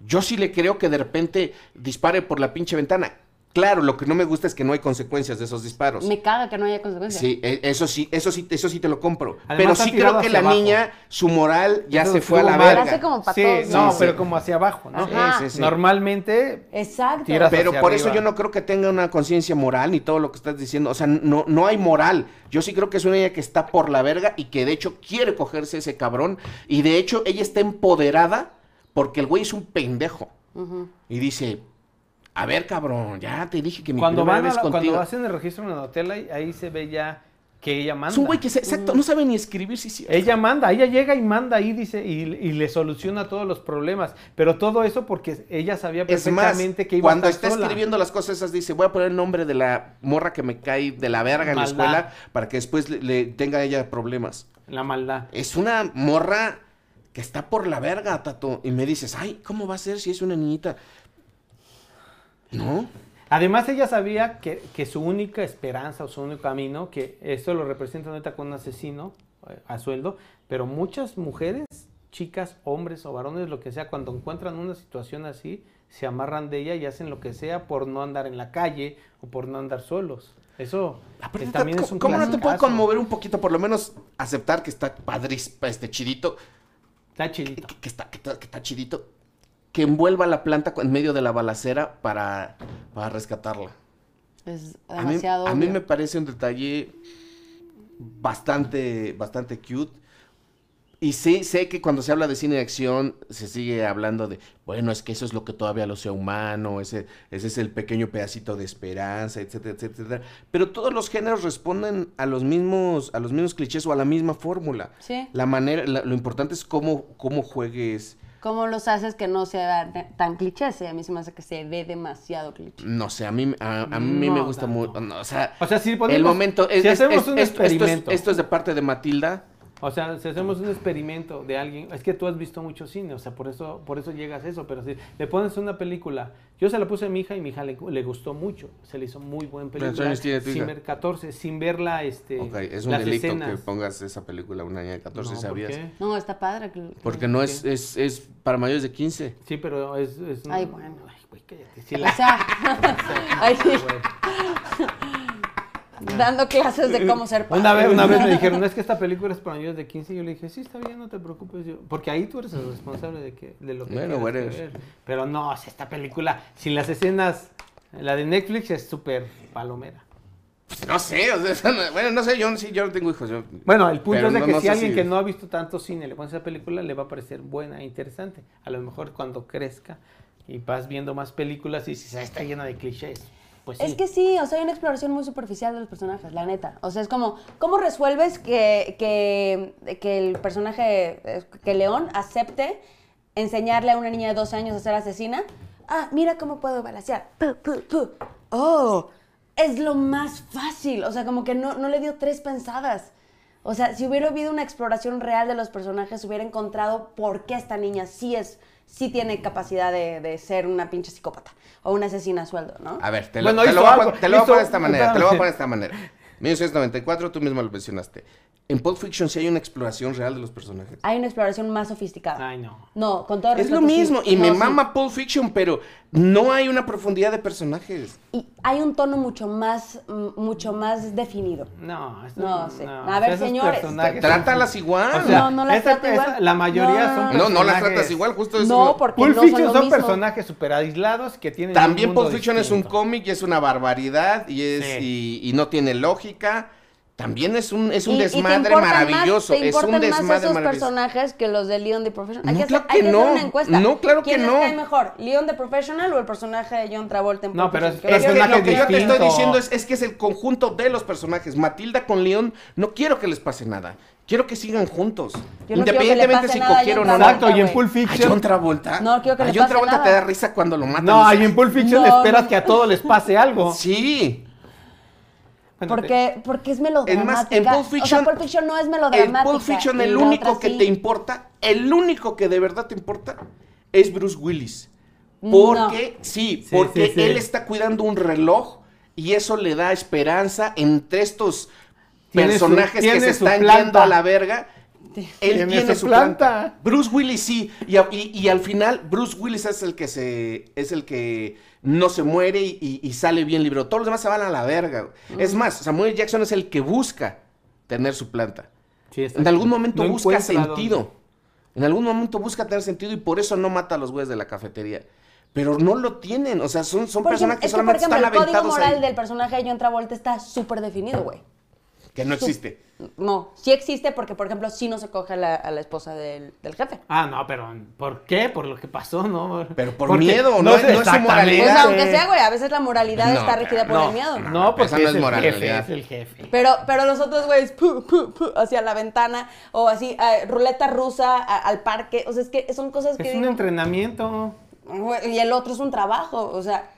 Yo sí le creo que de repente dispare por la pinche ventana. Claro, lo que no me gusta es que no hay consecuencias de esos disparos.
Me caga que no haya consecuencias.
Sí, e- eso sí, eso sí, eso sí te lo compro.
Además,
pero
está
sí
tirado
creo que
hacia
la
abajo.
niña, su moral ya
Eso
se fue a la
estuvo mal.
verga.
Hace como pa'
sí,
todos,
no,
sí,
pero
sí.
como hacia abajo, ¿no?
Sí,
Ajá.
sí, sí.
Normalmente
Exacto.
Tiras
Pero
hacia
por eso
arriba.
yo no creo que tenga una conciencia moral ni todo lo que estás diciendo. O sea, no, no hay moral. Yo sí creo que es una niña que está por la verga y que de hecho quiere cogerse ese cabrón. Y de hecho ella está empoderada porque el güey es un pendejo. Y dice, a ver cabrón, ya te dije que mi
cuando
primera
van a
vez
la-
contigo.
cuando hacen el registro en la notela, ahí- ahí se ve ya que ella manda.
Es un güey que, se-
Mm.
exacto, no sabe ni escribir si sí.
Ella manda, ella llega y manda ahí, dice, y, y le soluciona todos los problemas. Pero todo eso porque ella sabía
Es más,
perfectamente que iba
cuando
a
está
estar sola.
escribiendo las cosas esas, dice, voy a poner el nombre de la morra que me cae de la verga en la
Maldad.
escuela para que después le- le tenga ella problemas.
La maldad.
Es una morra que está por la verga, Tato. Y me dices, ay, ¿cómo va a ser si es una niñita? No.
Además, ella sabía que, que su única esperanza o su único camino, que esto lo representa ahorita con un asesino eh, a sueldo, pero muchas mujeres, chicas, hombres o varones, lo que sea, cuando encuentran una situación así, se amarran de ella y hacen lo que sea por no andar en la calle o por no andar solos. Eso
Aparte,
eh, también
Tato,
es un
¿Cómo no te puede
clasicazo.
conmover un poquito? Por lo menos aceptar que está padris, este chidito,
Está chidito.
que, que está, que, está, que está chidito, que envuelva la planta cu- en medio de la balacera para, para rescatarla.
Es
A mí,
demasiado.
a mí
obvio.
me parece un detalle bastante, bastante cute. Y sí, sé que cuando se habla de cine de acción, se sigue hablando de, bueno, es que eso es lo que todavía lo sea humano, ese, ese es el pequeño pedacito de esperanza, etcétera, etcétera, etcétera. Pero todos los géneros responden a los mismos, a los mismos clichés o a la misma fórmula.
Sí.
La manera, la- lo importante es cómo, cómo juegues,
¿Cómo los haces que no sea tan cliché? Sí, a mí se me hace que se ve demasiado cliché.
no sé, a mí, a, a mí me
No,
gusta
tanto.
mucho, o sea,
O sea, si ponemos-
el momento, es-
si
es-
hacemos
es-
un
es- esto es-
experimento.
esto es de parte de Matilda.
O sea, si hacemos un experimento de alguien, es que tú has visto mucho cine, o sea, por eso, por eso llegas a eso, pero si le pones una película, yo se la puse a mi hija y mi hija le, le gustó mucho, se le hizo muy buen película.
¿Cuántos años tiene tu
sin
hija?
ver 14, sin verla, este,
Ok, es un
las
delito que
escenas.
pongas esa película a una niña de 14,
No, ¿por
¿sabías?
qué?
No, está padre. que- que-
Porque no es, es, es para mayores de 15.
Sí, pero es... es-
Ay, bueno.
Ay, güey, cállate. sí
O
la-
sea, ay,
güey.
dando clases de cómo ser padre.
Una vez, una vez me dijeron, no es que esta película es para niños de 15. Y yo le dije, sí, está bien, no te preocupes. yo- porque ahí tú eres el responsable de, que, de lo que
Bueno,
quieras
eres.
que ver. Pero no, o sea, esta película, sin las escenas, la de Netflix es súper palomera.
Pues no sé, o sea, bueno, no sé, yo, sí, yo no tengo hijos. yo-
Bueno, el punto
Pero
es de
no-
que
no
si
sé
alguien
si-
que no ha visto tanto cine le pone esa película, le va a parecer buena e interesante. A lo mejor cuando crezca y vas viendo más películas y dices, "Ah, está llena de clichés. Pues sí.
Es que sí, o sea, hay una exploración muy superficial de los personajes, la neta. O sea, es como, ¿cómo resuelves que, que, que el personaje, eh, que León acepte enseñarle a una niña de 12 años a ser asesina? Ah, mira cómo puedo balancear. Oh, es lo más fácil. O sea, como que no, no le dio tres pensadas. O sea, si hubiera habido una exploración real de los personajes, hubiera encontrado por qué esta niña sí es, sí tiene capacidad de, de ser una pinche psicópata o una asesina a sueldo, ¿no?
A ver, te lo,
Bueno,
te
hizo
lo voy a
algo,
pon- te lo voy a
hizo-
poner de esta manera, te lo voy a
espérame.
poner de esta manera. 1994, tú mismo lo mencionaste. En Pulp Fiction sí hay una exploración real de los personajes.
Hay una exploración más sofisticada.
Ay, no.
No, con todo
Es
respeto.
lo mismo,
sí.
y
No,
me
sí.
mama Pulp Fiction, pero no hay una profundidad de personajes.
Y hay un tono mucho más, mm, mucho más definido.
No, esto-
No, sí. A
o sea,
ver,
esos
señores.
personajes-
Trátalas igual.
O sea,
Ah, No, no las
esta-
trata igual.
esta- la mayoría
No,
son
no,
no, no las
personajes-
tratas igual, justo es
No,
lo-
porque
Pulp
no
Fiction
son, lo
son,
mismo.
personajes super aislados que tienen.
También Pulp
Pulp
Fiction es un cómic y es una barbaridad y es
Sí.
y, y no tiene lógica. También es un es un
Y- y te
desmadre
importan más-
maravilloso,
te
es un
importan más
desmadre
esos
maravilloso.
personajes que los de Leon the Professional. Hay
No,
que, hacer,
claro
hay
que
que hacer
no.
una encuesta.
No, claro que
¿Quién les
no.
cae mejor, Leon the Professional o el personaje de John Travolta en
No,
Pulp
pero
Fiction?
es-
Que yo-
Pero
personajes
lo que yo te estoy
distintos.
diciendo es, es que es el conjunto de los personajes. Matilda con León, no quiero que les pase nada. Quiero que sigan juntos.
Yo no quiero que le
Independientemente
pase
si
nada a
cogieron
John
o
Travolta.
no.
Exacto, y en
güey.
Pulp
A John
Fiction.
Travolta.
No quiero que
a
le
John
pase
Travolta
nada.
te da risa cuando lo matan.
No,
Dices,
y en Pulp Fiction
No,
esperas
no.
que a todos les pase algo.
Sí.
Bueno, te-
Porque, porque es melodramática.
en Pulp Fiction-
o sea, Pulp Fiction no es
El
melodramática.
Pulp Fiction,
y
el
la
único
otra
que
sí.
te importa, el único que de verdad te importa es Bruce Willis. Porque, sí,
Sí,
porque
sí, sí.
él está cuidando un reloj y eso le da esperanza entre estos
Tiene su-
personajes que
tiene
se
su
están
planta.
yendo a la verga. Él tiene,
Tiene su
su planta.
planta.
Bruce Willis sí. Y, a- y- y al final, Bruce Willis es el que se. es el que no se muere y, y- y sale bien libre. Todos los demás se van a la verga. güey. Es más, Samuel Jackson es el que busca tener su planta.
Sí, está-
En algún momento
no
busca
encuentra dónde.
sentido. En algún momento busca tener sentido y por eso no mata a los güeyes de la cafetería. Pero no lo tienen. O sea, son, son
Por
personas
ejemplo,
que
es que, por
solamente
ejemplo,
están
el código
aventados
moral
ahí,
del personaje de John Travolta está súper definido, güey.
Que no existe.
No, sí existe porque, por ejemplo, sí no se coge a la, a la esposa del, del jefe.
Ah, no, pero ¿por qué? Por lo que pasó, ¿no?
Pero por
Porque-
miedo, no es- no es su
exactamente.
moralidad.
Pues
Mira,
aunque sea, güey, a veces la moralidad
No,
está regida por
no,
el miedo.
No,
No,
porque
esa no es
es, el
moralidad.
jefe, es el jefe.
Pero, pero los otros güeyes, pu, pu, pu, hacia la ventana o así, eh, ruleta rusa a- al parque. O sea, es que son cosas que.
Es un
digo,
entrenamiento.
güey, y el otro es un trabajo. O sea,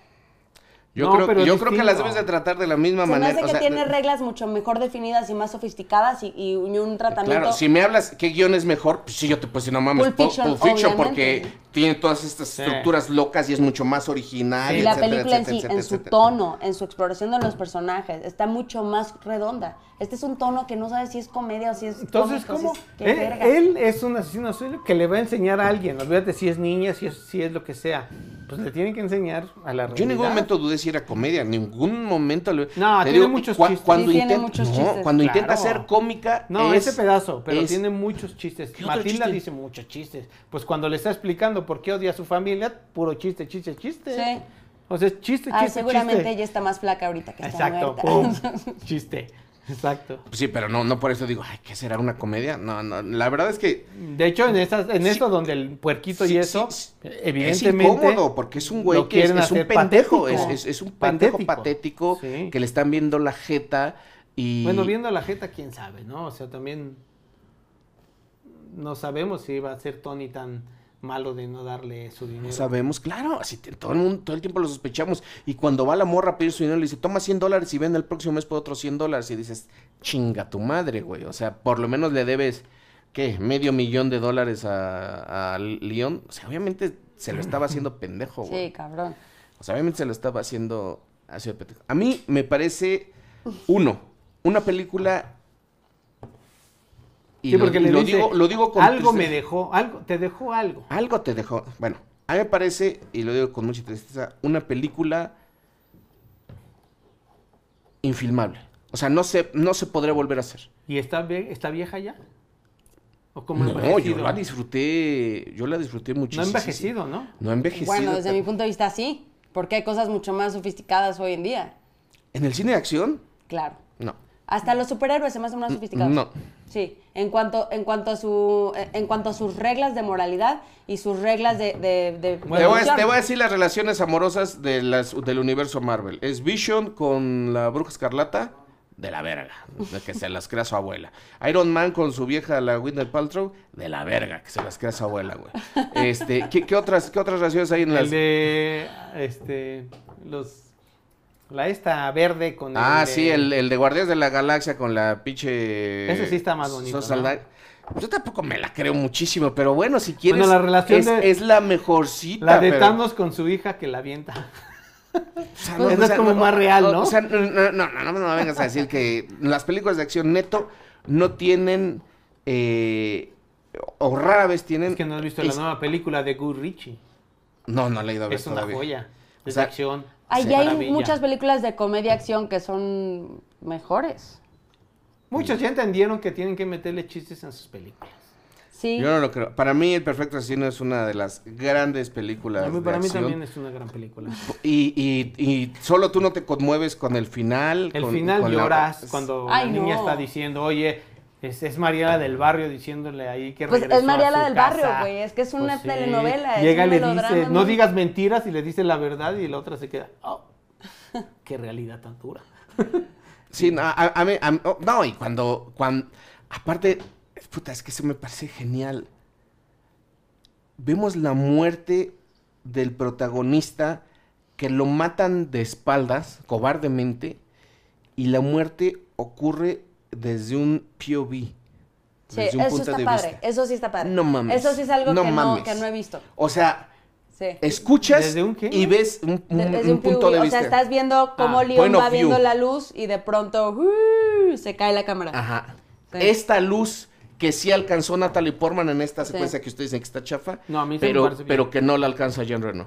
Yo,
No, pero
creo,
es
yo creo que las
distinto.
debes de tratar de la misma
se me
manera.
hace que
o sea, eh,
tiene reglas mucho mejor definidas y más sofisticadas y, y un tratamiento.
Claro, si me hablas qué guión es mejor, pues sí, yo te puedo decir, no mames,
Pulp
Pul-
Fiction,
Pulp Fiction,
obviamente.
porque tiene todas estas
Sí.
estructuras locas y es mucho más original.
Y
y
la
etcétera,
película en
etcétera,
sí,
etcétera,
en su
etcétera.
tono, en su exploración de los personajes, está mucho más redonda. Este es un tono que no sabes si es comedia o si es.
Entonces,
cómico,
¿cómo?
si es- qué
Él,
verga.
él es un asesino serial que le va a enseñar a alguien. Olvídate si es niña, si es, si es lo que sea. Pues le tienen que enseñar a la realidad.
Yo en ningún momento dudé si era comedia, en ningún momento. le-
No,
te
tiene muchos chistes.
Cuando,
Sí, tiene
intenta-
muchos
no,
chistes,
cuando
claro.
intenta ser cómica.
No,
es-
ese pedazo, pero
es-
tiene muchos chistes.
¿Qué otro
Matilda
chiste?
dice muchos chistes. Pues cuando le está explicando por qué odia a su familia, puro chiste, chiste, chiste.
Sí.
O sea, es chiste, chiste,
Ay, Ah, seguramente
chiste.
ella está más flaca ahorita que está
Exacto,
muerta.
pum, chiste. Exacto.
pues Sí, pero no, no por eso digo, ay, ¿qué será una comedia? No, no, la verdad es que.
De hecho, en esas, en
Sí.
eso donde el puerquito
sí,
y eso,
sí, sí,
evidentemente.
Es incómodo, porque es un güey
lo
que es,
quieren
es un
hacer
pendejo. Es,
patético.
es- es un pendejo patético,
Patético, sí.
que le están viendo la jeta y.
Bueno, viendo la jeta, quién sabe, ¿no? O sea, también no sabemos si va a ser Tony tan malo de no darle su dinero.
No sabemos, claro, así te- todo el mundo, todo el tiempo lo sospechamos. Y cuando va la morra a pedir su dinero, le dice, toma 100 dólares y ven el próximo mes por otros 100 dólares. Y dices, chinga tu madre, güey. O sea, por lo menos le debes, ¿qué? Medio millón de dólares a, a León. O sea, obviamente se lo estaba haciendo pendejo, güey.
Sí, cabrón.
O sea, obviamente se lo estaba haciendo haciendo pendejo. A mí me parece, uno, una película... Y
Sí,
lo,
porque le
lo
dice,
digo, lo digo con
algo me
tristeza.
dejó, algo, te dejó algo.
Algo te dejó. Bueno, a mí me parece, y lo digo con mucha tristeza, una película infilmable. O sea, no se, no se podrá volver a hacer.
¿Y está, vie- está vieja ya? ¿O cómo ha
No, yo
envejecido?
la disfruté, yo la disfruté
No
muchísimo.
ha envejecido, ¿no?
No ha envejecido.
Bueno, desde
pero-
mi punto de vista, sí. Porque hay cosas mucho más sofisticadas hoy en día.
¿En el cine de acción?
Claro.
No.
Hasta los superhéroes se me hacen más sofisticados.
Mm, no.
Sí, en cuanto, en cuanto a su, eh, en cuanto a sus reglas de moralidad y sus reglas de, de, de-
Bueno,
te, voy a,
producción.
te voy a decir las relaciones amorosas de las, del universo Marvel. Es Vision con la Bruja Escarlata, de la verga, de que se las crea su abuela. Iron Man con su vieja, la Whitney Paltrow, de la verga, que se las crea su abuela, güey. Este, ¿qué, qué otras, ¿Qué otras relaciones hay en las...?
El de, este, los La esta verde con
Ah,
de-
sí, el, el de Guardias de la Galaxia con la pinche.
Ese sí está más bonito,
Sosa
¿no?
Lai- Yo tampoco me la creo muchísimo, pero bueno, si quieres.
Bueno, la relación
es,
de-
es la mejorcita.
La de
pero-
Thanos con su hija que la avienta.
o sea,
Esa es como más real,
Pues, o-
¿no?
O sea, no, no, no, no, no me vengas a decir que las películas de acción neto no tienen. eh, o rara vez tienen.
Es que no has visto
es-
la nueva película de Guy Ritchie.
No, no la he ido a ver
Es una
todavía.
joya. Es
sea,
de acción.
Ahí
es
hay
maravilla.
muchas películas de comedia acción que son mejores.
Muchos ya entendieron que tienen que meterle chistes en sus películas.
Sí.
Yo no lo creo. Para mí, El Perfecto Asesino es una de las grandes películas.
A mí-
de
para mí
acción.
también es una gran película.
Y, y, y solo tú no te conmueves con el final.
El
con-
final
con la-
lloras cuando
Ay,
la niña
no.
está diciendo, oye, es, es Mariela del Barrio diciéndole ahí que
Pues es
regresó a
Mariela
su
del
casa. Pues
Barrio, güey, es que es
Pues
una telenovela, es
Llega y
un
le dice,
melodrama
no
muy-
digas mentiras y le dice la verdad y la otra se queda, oh, qué realidad tan dura.
Sí, no, a- a- a mí- a mí- oh, no, y cuando, cuando. Aparte, puta, es que eso me parece genial. Vemos la muerte del protagonista que lo matan de espaldas, cobardemente, y la muerte ocurre desde un POV.
Sí,
desde un
eso
punto
está
de
padre,
vista.
eso sí está padre.
No mames.
Eso sí es algo
No
que, no,
mames.
que no he visto.
O sea,
Sí.
escuchas
¿Desde un qué?
y ves un, un-
De- desde
un
un
punto
POV,
de
o
vista.
sea, estás viendo cómo
Ah,
point
Leon va
of view.
viendo la luz y de pronto ¡uh! se cae la cámara.
Ajá.
Sí.
Esta luz que sí alcanzó Natalie Portman en esta
Sí.
secuencia que ustedes dicen que está chafa,
No, a mí sí me
pero,
parece bien.
pero que no la alcanza Jean Reno.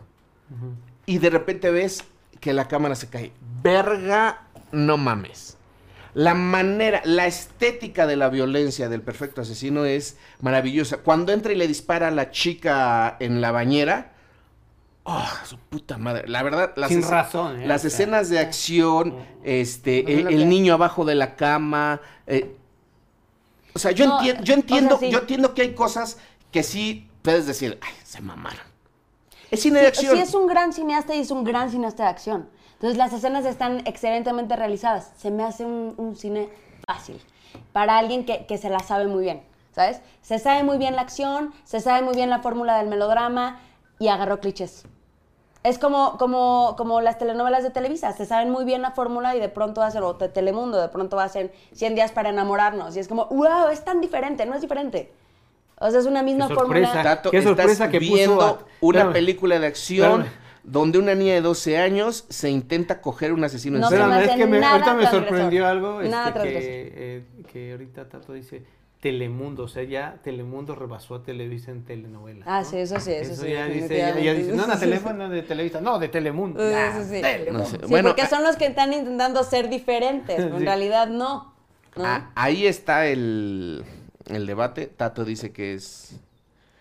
Y de repente ves que la cámara se cae. Verga, no mames. La manera, la estética de la violencia del perfecto asesino es maravillosa. Cuando entra y le dispara a la chica en la bañera, ¡oh, su puta madre! La verdad, las
Sin
esce-
razón, ¿eh?
Las
O sea,
escenas de acción, este,
No,
el,
no,
el
no.
niño abajo de la cama, eh, o sea, yo,
No,
entien- yo
o sea,
entiendo,
sí.
yo entiendo que hay cosas que sí puedes decir, ay, se mamaron. Es cine de
Sí,
acción.
sí es un gran cineasta y es un gran cineasta de acción. Entonces las escenas están excelentemente realizadas. Se me hace un, un cine fácil para alguien que, que se la sabe muy bien, ¿sabes? Se sabe muy bien la acción, se sabe muy bien la fórmula del melodrama y agarró clichés. Es como, como, como las telenovelas de Televisa, se saben muy bien la fórmula y de pronto hacen, o de Telemundo, de pronto hacen 100 días para enamorarnos. Y es como, wow, es tan diferente, no es diferente. O sea, es una misma
Qué
fórmula.
sorpresa.
Tato,
Qué sorpresa
estás
que puso
viendo
a-
una
Espérame.
película de acción
Espérame.
donde una niña de 12 años se intenta coger un asesino
No
en
se
serie.
Espérame,
me
es
hace
que me-
nada
ahorita me
transgresor.
sorprendió algo este,
Nada transgresor.
que, eh, que ahorita Tato dice Telemundo, o sea, ya Telemundo rebasó a Televisa en telenovelas.
Ah,
¿no?
sí, eso sí, eso sí,
ya dice,
definitivamente.
ella dice, no, no,
Sí, sí,
teléfono de Televisa, no, de Telemundo.
Eh,
Ah,
eso sí.
no sé.
Sí,
Bueno, ah,
porque
a-
son los que están intentando ser diferentes, pero en
Sí.
realidad no. ¿no?
Ah, ahí está el, el debate. Tato dice que es...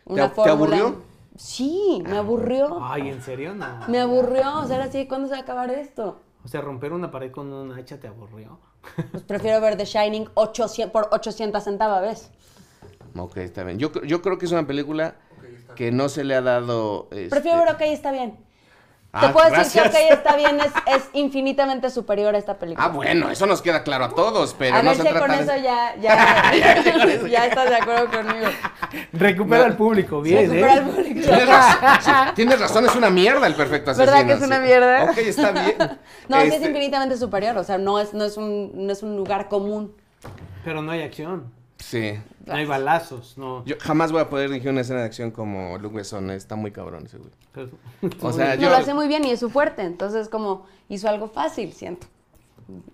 ¿Te,
Una
te
fórmula-
aburrió? Ah.
Sí, me aburrió.
Ay, ¿en serio? No.
Me aburrió, o sea, era así, ¿cuándo se va a acabar esto?
O sea, romper una pared con una hacha te aburrió.
Pues prefiero ver The Shining 800 por 800 centavos, ¿ves?
Ok, está bien. Yo, cre- yo creo que es una película que no se le ha dado...
Prefiero ver
este,
OK está bien.
Ah,
Te puedo
gracias.
decir que OK está bien es, es infinitamente superior a esta película.
Ah, bueno, eso nos queda claro a todos, pero
a
no
ver
se
si con
trata
eso
de...
ya, ya,
Ya, ya con eso
ya
ya.
estás de acuerdo conmigo.
Recupera al público, bien,
Recupera
¿eh?
al público.
Tienes razón, sí, tienes razón, es una mierda el perfecto asesino.
¿Verdad que es una
sí.
mierda?
Ok, está bien.
No, sí es
Este,
infinitamente superior, o sea, no es, no es, un, no es un lugar común.
Pero no hay acción,
Sí.
no hay balazos, no.
Yo jamás voy a poder dirigir una escena de acción como Luke Besson, está muy cabrón ese güey.
Pero-
O sea,
No
Ah, yo...
lo hace muy bien y es su fuerte, entonces como hizo algo fácil, siento.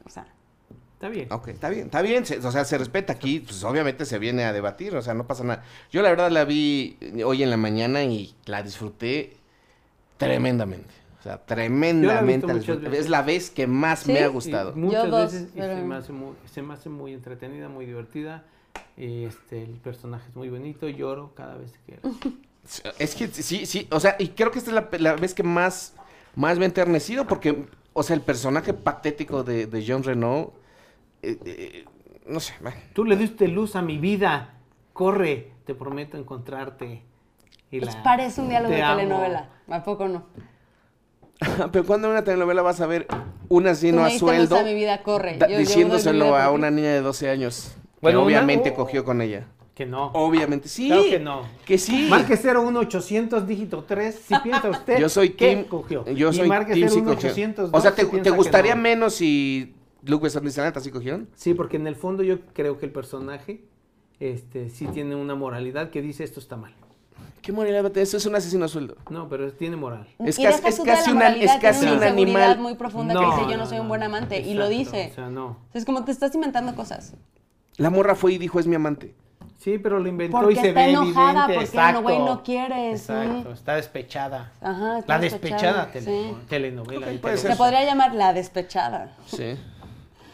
O sea,
Está bien.
Ok, está bien, está bien, se- o sea, se respeta aquí, pues obviamente se viene a debatir, o sea, no pasa nada. Yo la verdad la vi hoy en la mañana y la disfruté tremendamente. O sea, tremendamente. la
muchas
disfruté.
veces.
es la vez que más
¿Sí?
me ha
Sí,
Y
gustado.
muchas
Yo dos,
veces y
pero-
se, me hace muy, se me hace muy entretenida, muy divertida. y, este, el personaje es muy bonito, lloro cada vez que...
Es que sí, sí, o sea, y creo que esta es la, pe- la vez que más, más me he enternecido porque, o sea, el personaje patético de, de John Renault, eh, no sé, bueno,
Tú le diste luz a mi vida, corre, te prometo encontrarte. Y
pues
la-
parece un diálogo
te
de
amo.
telenovela, ¿a poco no?
Pero cuando en una telenovela vas a ver un
Tú
asesino
me
a
diste luz
sueldo
a mi vida, corre.
da-
Yo- yo doy mi
diciéndoselo
vida
a
por ti.
una niña de 12 años.
Bueno,
que
una-
obviamente
o-
cogió con ella.
Que no.
Obviamente Oh, sí.
Claro que no.
Que sí.
Marque 01800 dígito 3 si piensa usted
Yo soy
qué
Kim.
cogió.
Yo
Y
soy
marque
Kim sí cogió.
01800
O sea,
si
¿te,
piensa
te
que
gustaría
no.
menos si Luke Besson y Sanata sí cogieron?
Sí, porque en el fondo yo creo que el personaje este sí tiene una moralidad que dice esto está mal.
¿Qué moralidad va a tener? Eso es un asesino a sueldo.
No, pero tiene moral.
Es
y deja
casi- es
tú de la
casi una-
moralidad,
es casi
tiene
un
una inseguridad
animal.
muy profunda que
No,
dice yo no
no,
soy un
no,
buen
no,
amante y lo
exacto,
dice.
o sea, no.
Es como te estás inventando cosas.
La morra fue y dijo es mi amante.
Sí, pero lo inventó
Porque
y se
está
ve
enojada,
evidente.
porque, bueno, güey,
exacto.
no quieres, sí.
Exacto, está despechada.
Ajá, está
La despechada,
despechada,
tele-
sí.
telenovela.
Ok,
y
puede
todo.
ser.
Se
eso.
podría llamar la despechada.
Sí.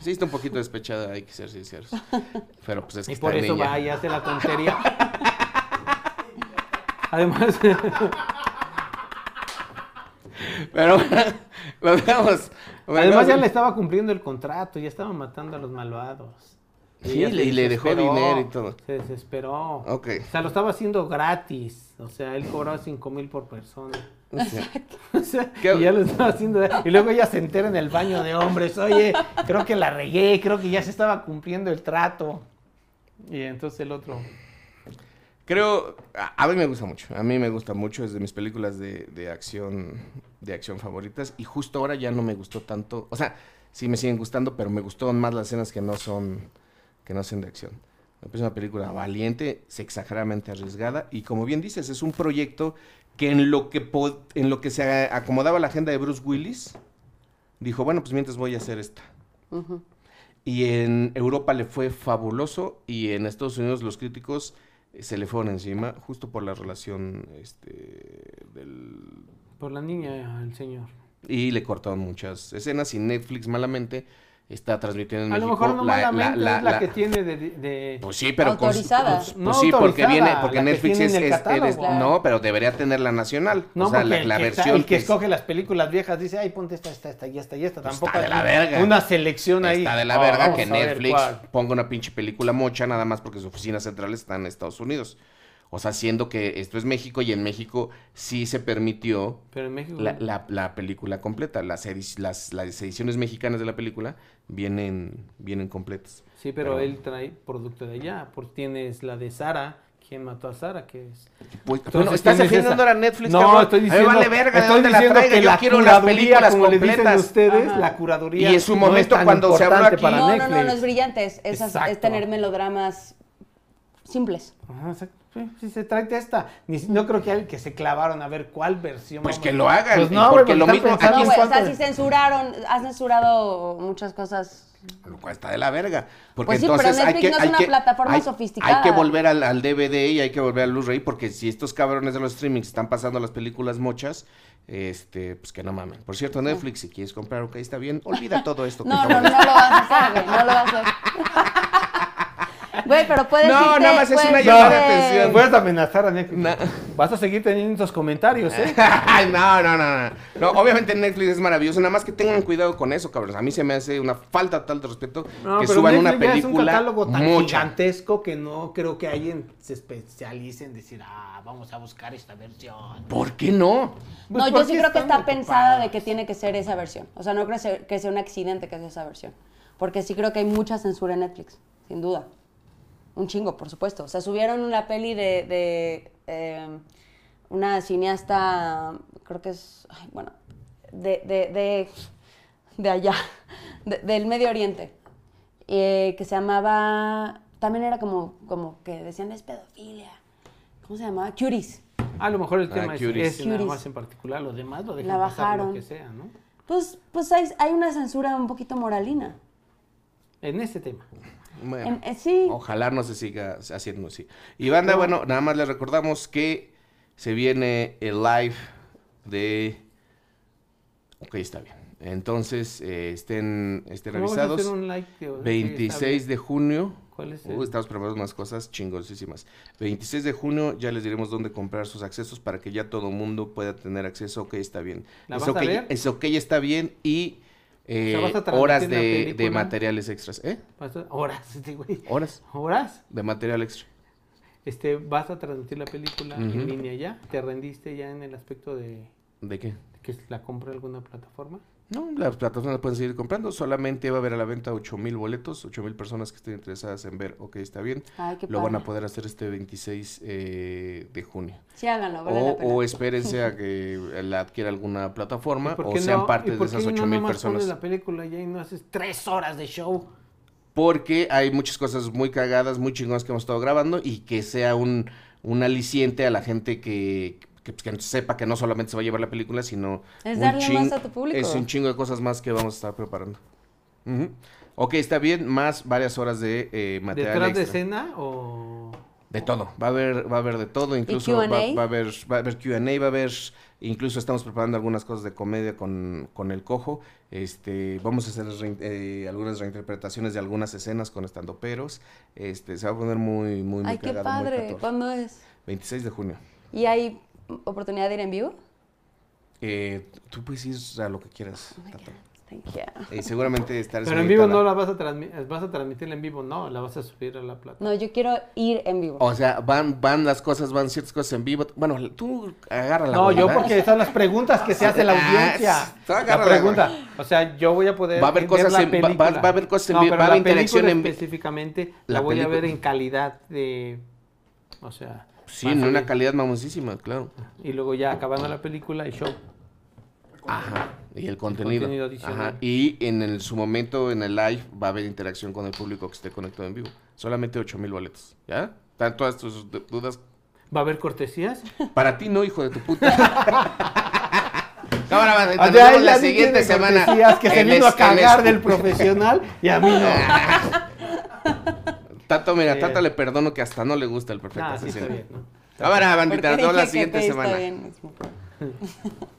Sí, está un poquito despechada, hay que ser sinceros. Pero pues es que
Y
está
por eso
niña.
va y hace la tontería. Además,
Pero lo dejamos. lo
además ya
dejamos.
le estaba cumpliendo el contrato, ya estaba matando a los malvados.
Sí,
ella
le-
se
y le dejó
desesperó,
dinero y todo.
Se desesperó.
Ok.
O sea, lo estaba haciendo gratis. O sea, él cobraba 5 mil por persona.
O sea,
O sea,
¿Qué?
y ya lo estaba haciendo. Y luego ella se entera en el baño de hombres. Oye, creo que la regué, creo que ya se estaba cumpliendo el trato. Y entonces el otro.
Creo, a, a mí me gusta mucho, a mí me gusta mucho, es de mis películas de, de acción, de acción favoritas, y justo ahora ya no me gustó tanto, o sea, sí me siguen gustando, pero me gustaron más las escenas que no son, que no son de acción. Me parece una película valiente, se exageradamente arriesgada, y como bien dices, es un proyecto que en lo que, po- en lo que se a- acomodaba la agenda de Bruce Willis, dijo, bueno, pues mientras voy a hacer esta.
Ujú.
Y en Europa le fue fabuloso y en Estados Unidos los críticos eh, se le fueron encima justo por la relación este del
Por la niña, el señor.
y le cortaron muchas escenas y Netflix malamente está transmitiendo en
A lo
México
mejor no
la- la-
malamente
la-
es la,
la-
que tiene de. de-
pues sí, pero con su-
Autorizada.
pues- pues
No
sí, porque
autorizada,
viene
la
porque
que
Netflix
tiene
es,
en el
es-
catálogo.
eres- no, pero debería tener la nacional,
no,
o sea, la,
porque
la
el que está-
versión
el que
es-
escoge las películas viejas dice, ay, ponte esta, esta, esta y esta y esta.
Pues
Tampoco
está de la
hay
verga.
una selección ahí.
Está de la
Oh,
verga
vamos
que
a ver
Netflix
cuál.
ponga una pinche película mocha nada más porque su oficina central está en Estados Unidos. O sea, siendo que esto es México y en México sí se permitió
Pero en México.
la, la- la película completa. Las, edi- las, las ediciones mexicanas de la película vienen, vienen completas.
Sí, pero,
pero-
él trae producto de allá. Porque tienes la de Sara. ¿Quién mató a Sara? Que es.
Pues,
Entonces,
bueno, estás
¿quién es
defendiendo
esa?
a Netflix,
No,
cabrón.
estoy
A mí me
diciendo,
vale verga de
estoy
dónde la
diciendo
traiga,
que
yo
la
quiero las
curaduría,
películas
como le
completas.
dicen ustedes,
Ajá.
la curaduría.
Y en su
no es
momento
tan
cuando se habló
importante
aquí-
para
No, no, no, no
Netflix.
es brillante, es, es, as- es
Exacto.
tener melodramas simples.
Ajá, exacto. Sí, sí, se trata de esta. Ni- no creo que, al- que se clavaron a ver cuál versión.
Pues
vamos
que
a-
lo hagan,
Pues no,
porque
güey,
lo
están
mismo-
pensando
No,
aquí-
en
güey, o sea,
cuánto-
sí censuraron, has censurado muchas cosas.
Lo cual está de la verga. Porque
Pues sí, pero
entonces hay
Netflix
que,
no es
hay
una
que-
plataforma
hay-
sofisticada.
Hay que volver al, al DVD y hay que volver a Luz Rey, porque si estos cabrones de los streamings están pasando las películas mochas, este, pues que no mamen. Por cierto, Netflix, si quieres comprar OK, está bien, olvida todo esto. que
No, no, no
estamos-
lo vas a hacer, güey, no lo vas a hacer. Güey, pero puedes
No,
irte,
nada más es
puedes
una
irte-
llamada de atención.
Puedes amenazar a Netflix.
Na-
Vas a seguir teniendo estos comentarios, ¿eh?
Ay, no, no, no, no. No, obviamente Netflix es maravilloso, nada más que tengan cuidado con eso, cabrones. A mí se me hace una falta total de respeto
No,
que
pero
suban una
Netflix ya Es un
película
catálogo tan
mocha.
gigantesco que no creo que alguien se especialice en decir, ah, vamos a buscar esta versión.
¿Por qué no?
Pues,
no, yo
¿por
sí
qué
creo que
están
está pensada de
ocupados?
que tiene que ser esa versión. O sea, no creo ser- que sea un accidente que sea esa versión. Porque sí creo que hay mucha censura en Netflix, sin duda. Un chingo, por supuesto. O sea, subieron una peli de, de, eh, una cineasta, creo que es, ay, bueno, de, de, de, de allá, de- del Medio Oriente, eh, que se llamaba, también era como, como que decían, es pedofilia. ¿Cómo se llamaba? Curies.
A lo mejor el
Ah,
tema es,
Curis.
es nada
Curis.
más en particular, lo demás lo dejan
La
pasar lo
bajaron.
que sea, ¿no?
Pues, pues hay, hay una censura un poquito moralina.
En este tema.
Bueno.
En- eh, sí,
Ojalá no se siga haciendo así. Y banda, bueno, nada más les recordamos que se viene el live de... Ok, está bien. Entonces, eh, estén, estén
¿Cómo vas a hacer
revisados.
un like de- de-
26 de junio.
¿Cuál es
Uh,
el?
estamos preparando unas cosas chingosísimas. 26 de junio ya les diremos dónde comprar sus accesos para que ya todo mundo pueda tener acceso. Ok, está bien.
¿La
es,
vas a
ok,
ver?
es ok, está bien. Y eh,
O sea, ¿vas a transmitir
horas
la
de, de
película?
materiales extras. ¿Eh?
Vas a- Horas, este güey.
Horas
Horas.
de material extra.
Este, vas a transmitir la película
Ujú.
en línea ya. Te rendiste ya en el aspecto de
¿De qué?
que que la compre alguna plataforma.
No, las plataformas pueden seguir comprando. Solamente va a haber a la venta 8000 boletos, 8000 personas que estén interesadas en ver, ok, está bien.
Ay, qué
Lo van a
padre.
poder hacer este 26 eh, de junio.
Sí, háganlo, vale
o,
la pena.
o espérense a que la adquiera alguna plataforma
¿Y por
o
qué
sean
no-
parte
y
de
por qué
esas
no
8000
nomás
personas.
pones la película ya y no haces tres horas de show?
Porque hay muchas cosas muy cagadas, muy chingonas que hemos estado grabando y que sea un, un aliciente a la gente que, que, pues, que sepa que no solamente se va a llevar la película, sino.
Es
un
darle
chin-
más a tu público.
Es un chingo de cosas más que vamos a estar preparando. Ujú. Ok, está bien, más varias horas de eh, material.
¿Detrás de
extra.
escena o...?
De todo. Va a haber, va a haber de todo, incluso va,
Q&A?
va a haber, va a haber QA, va a haber, incluso estamos preparando algunas cosas de comedia con, con el cojo. Este, vamos a hacer rein- eh, algunas reinterpretaciones de algunas escenas con estando peros. Este, se va a poner muy, muy, muy
Ay, qué
cagado, muy
padre.
catorro.
¿Cuándo es?
26 de junio.
¿Y hay oportunidad de ir en vivo?
Eh, tú puedes ir a lo que quieras.
Oh
Tato.
Thank you.
Eh, seguramente estar
Pero en vivo no la vas a transmitir, vas a transmitirla en vivo, no, la vas a subir a la plataforma.
No, yo quiero ir en vivo.
O sea, van, van las cosas, van ciertas cosas en vivo. Bueno, tú agarra la
No, yo
volada.
porque son las preguntas que se hace la
Ah,
audiencia.
sí, tú
La
agárrala,
pregunta, o sea, yo voy a poder
Va a haber
ver
cosas
la
en- va- va-
película.
va a haber cosas en
No,
vivo,
pero
va a haber
la película
interacción en vi-
específicamente la,
La
voy a ver
película.
en calidad de o sea,
Sí,
vas
en
a
una
ver.
calidad mamoncísima, claro.
y luego ya acabando la película y show.
Ajá. Y el contenido.
contenido adicional.
Ajá. Y en el- su momento, en el live, va a haber interacción con el público que esté conectado en vivo. Solamente 8000 boletos. ¿Ya? Están todas tus du- dudas.
¿Va a haber cortesías?
Para ti no, hijo de tu puta. Cámara, banda,
Ah,
nos
ya,
vemos
ya
la
sí
siguiente
tiene
semana.
cortesías que se
en
vino
es-
a
en
cagar
es- Ah,
del profesional y a mí no.
Tato, mira,
Sí.
Tato le perdono que hasta no le gusta el perfecto
Ah, sí, está
asesino.
bien, ¿no?
Cámara,
Porque
bandita, nos vemos la
dije
siguiente
que te está
semana.
bien mismo.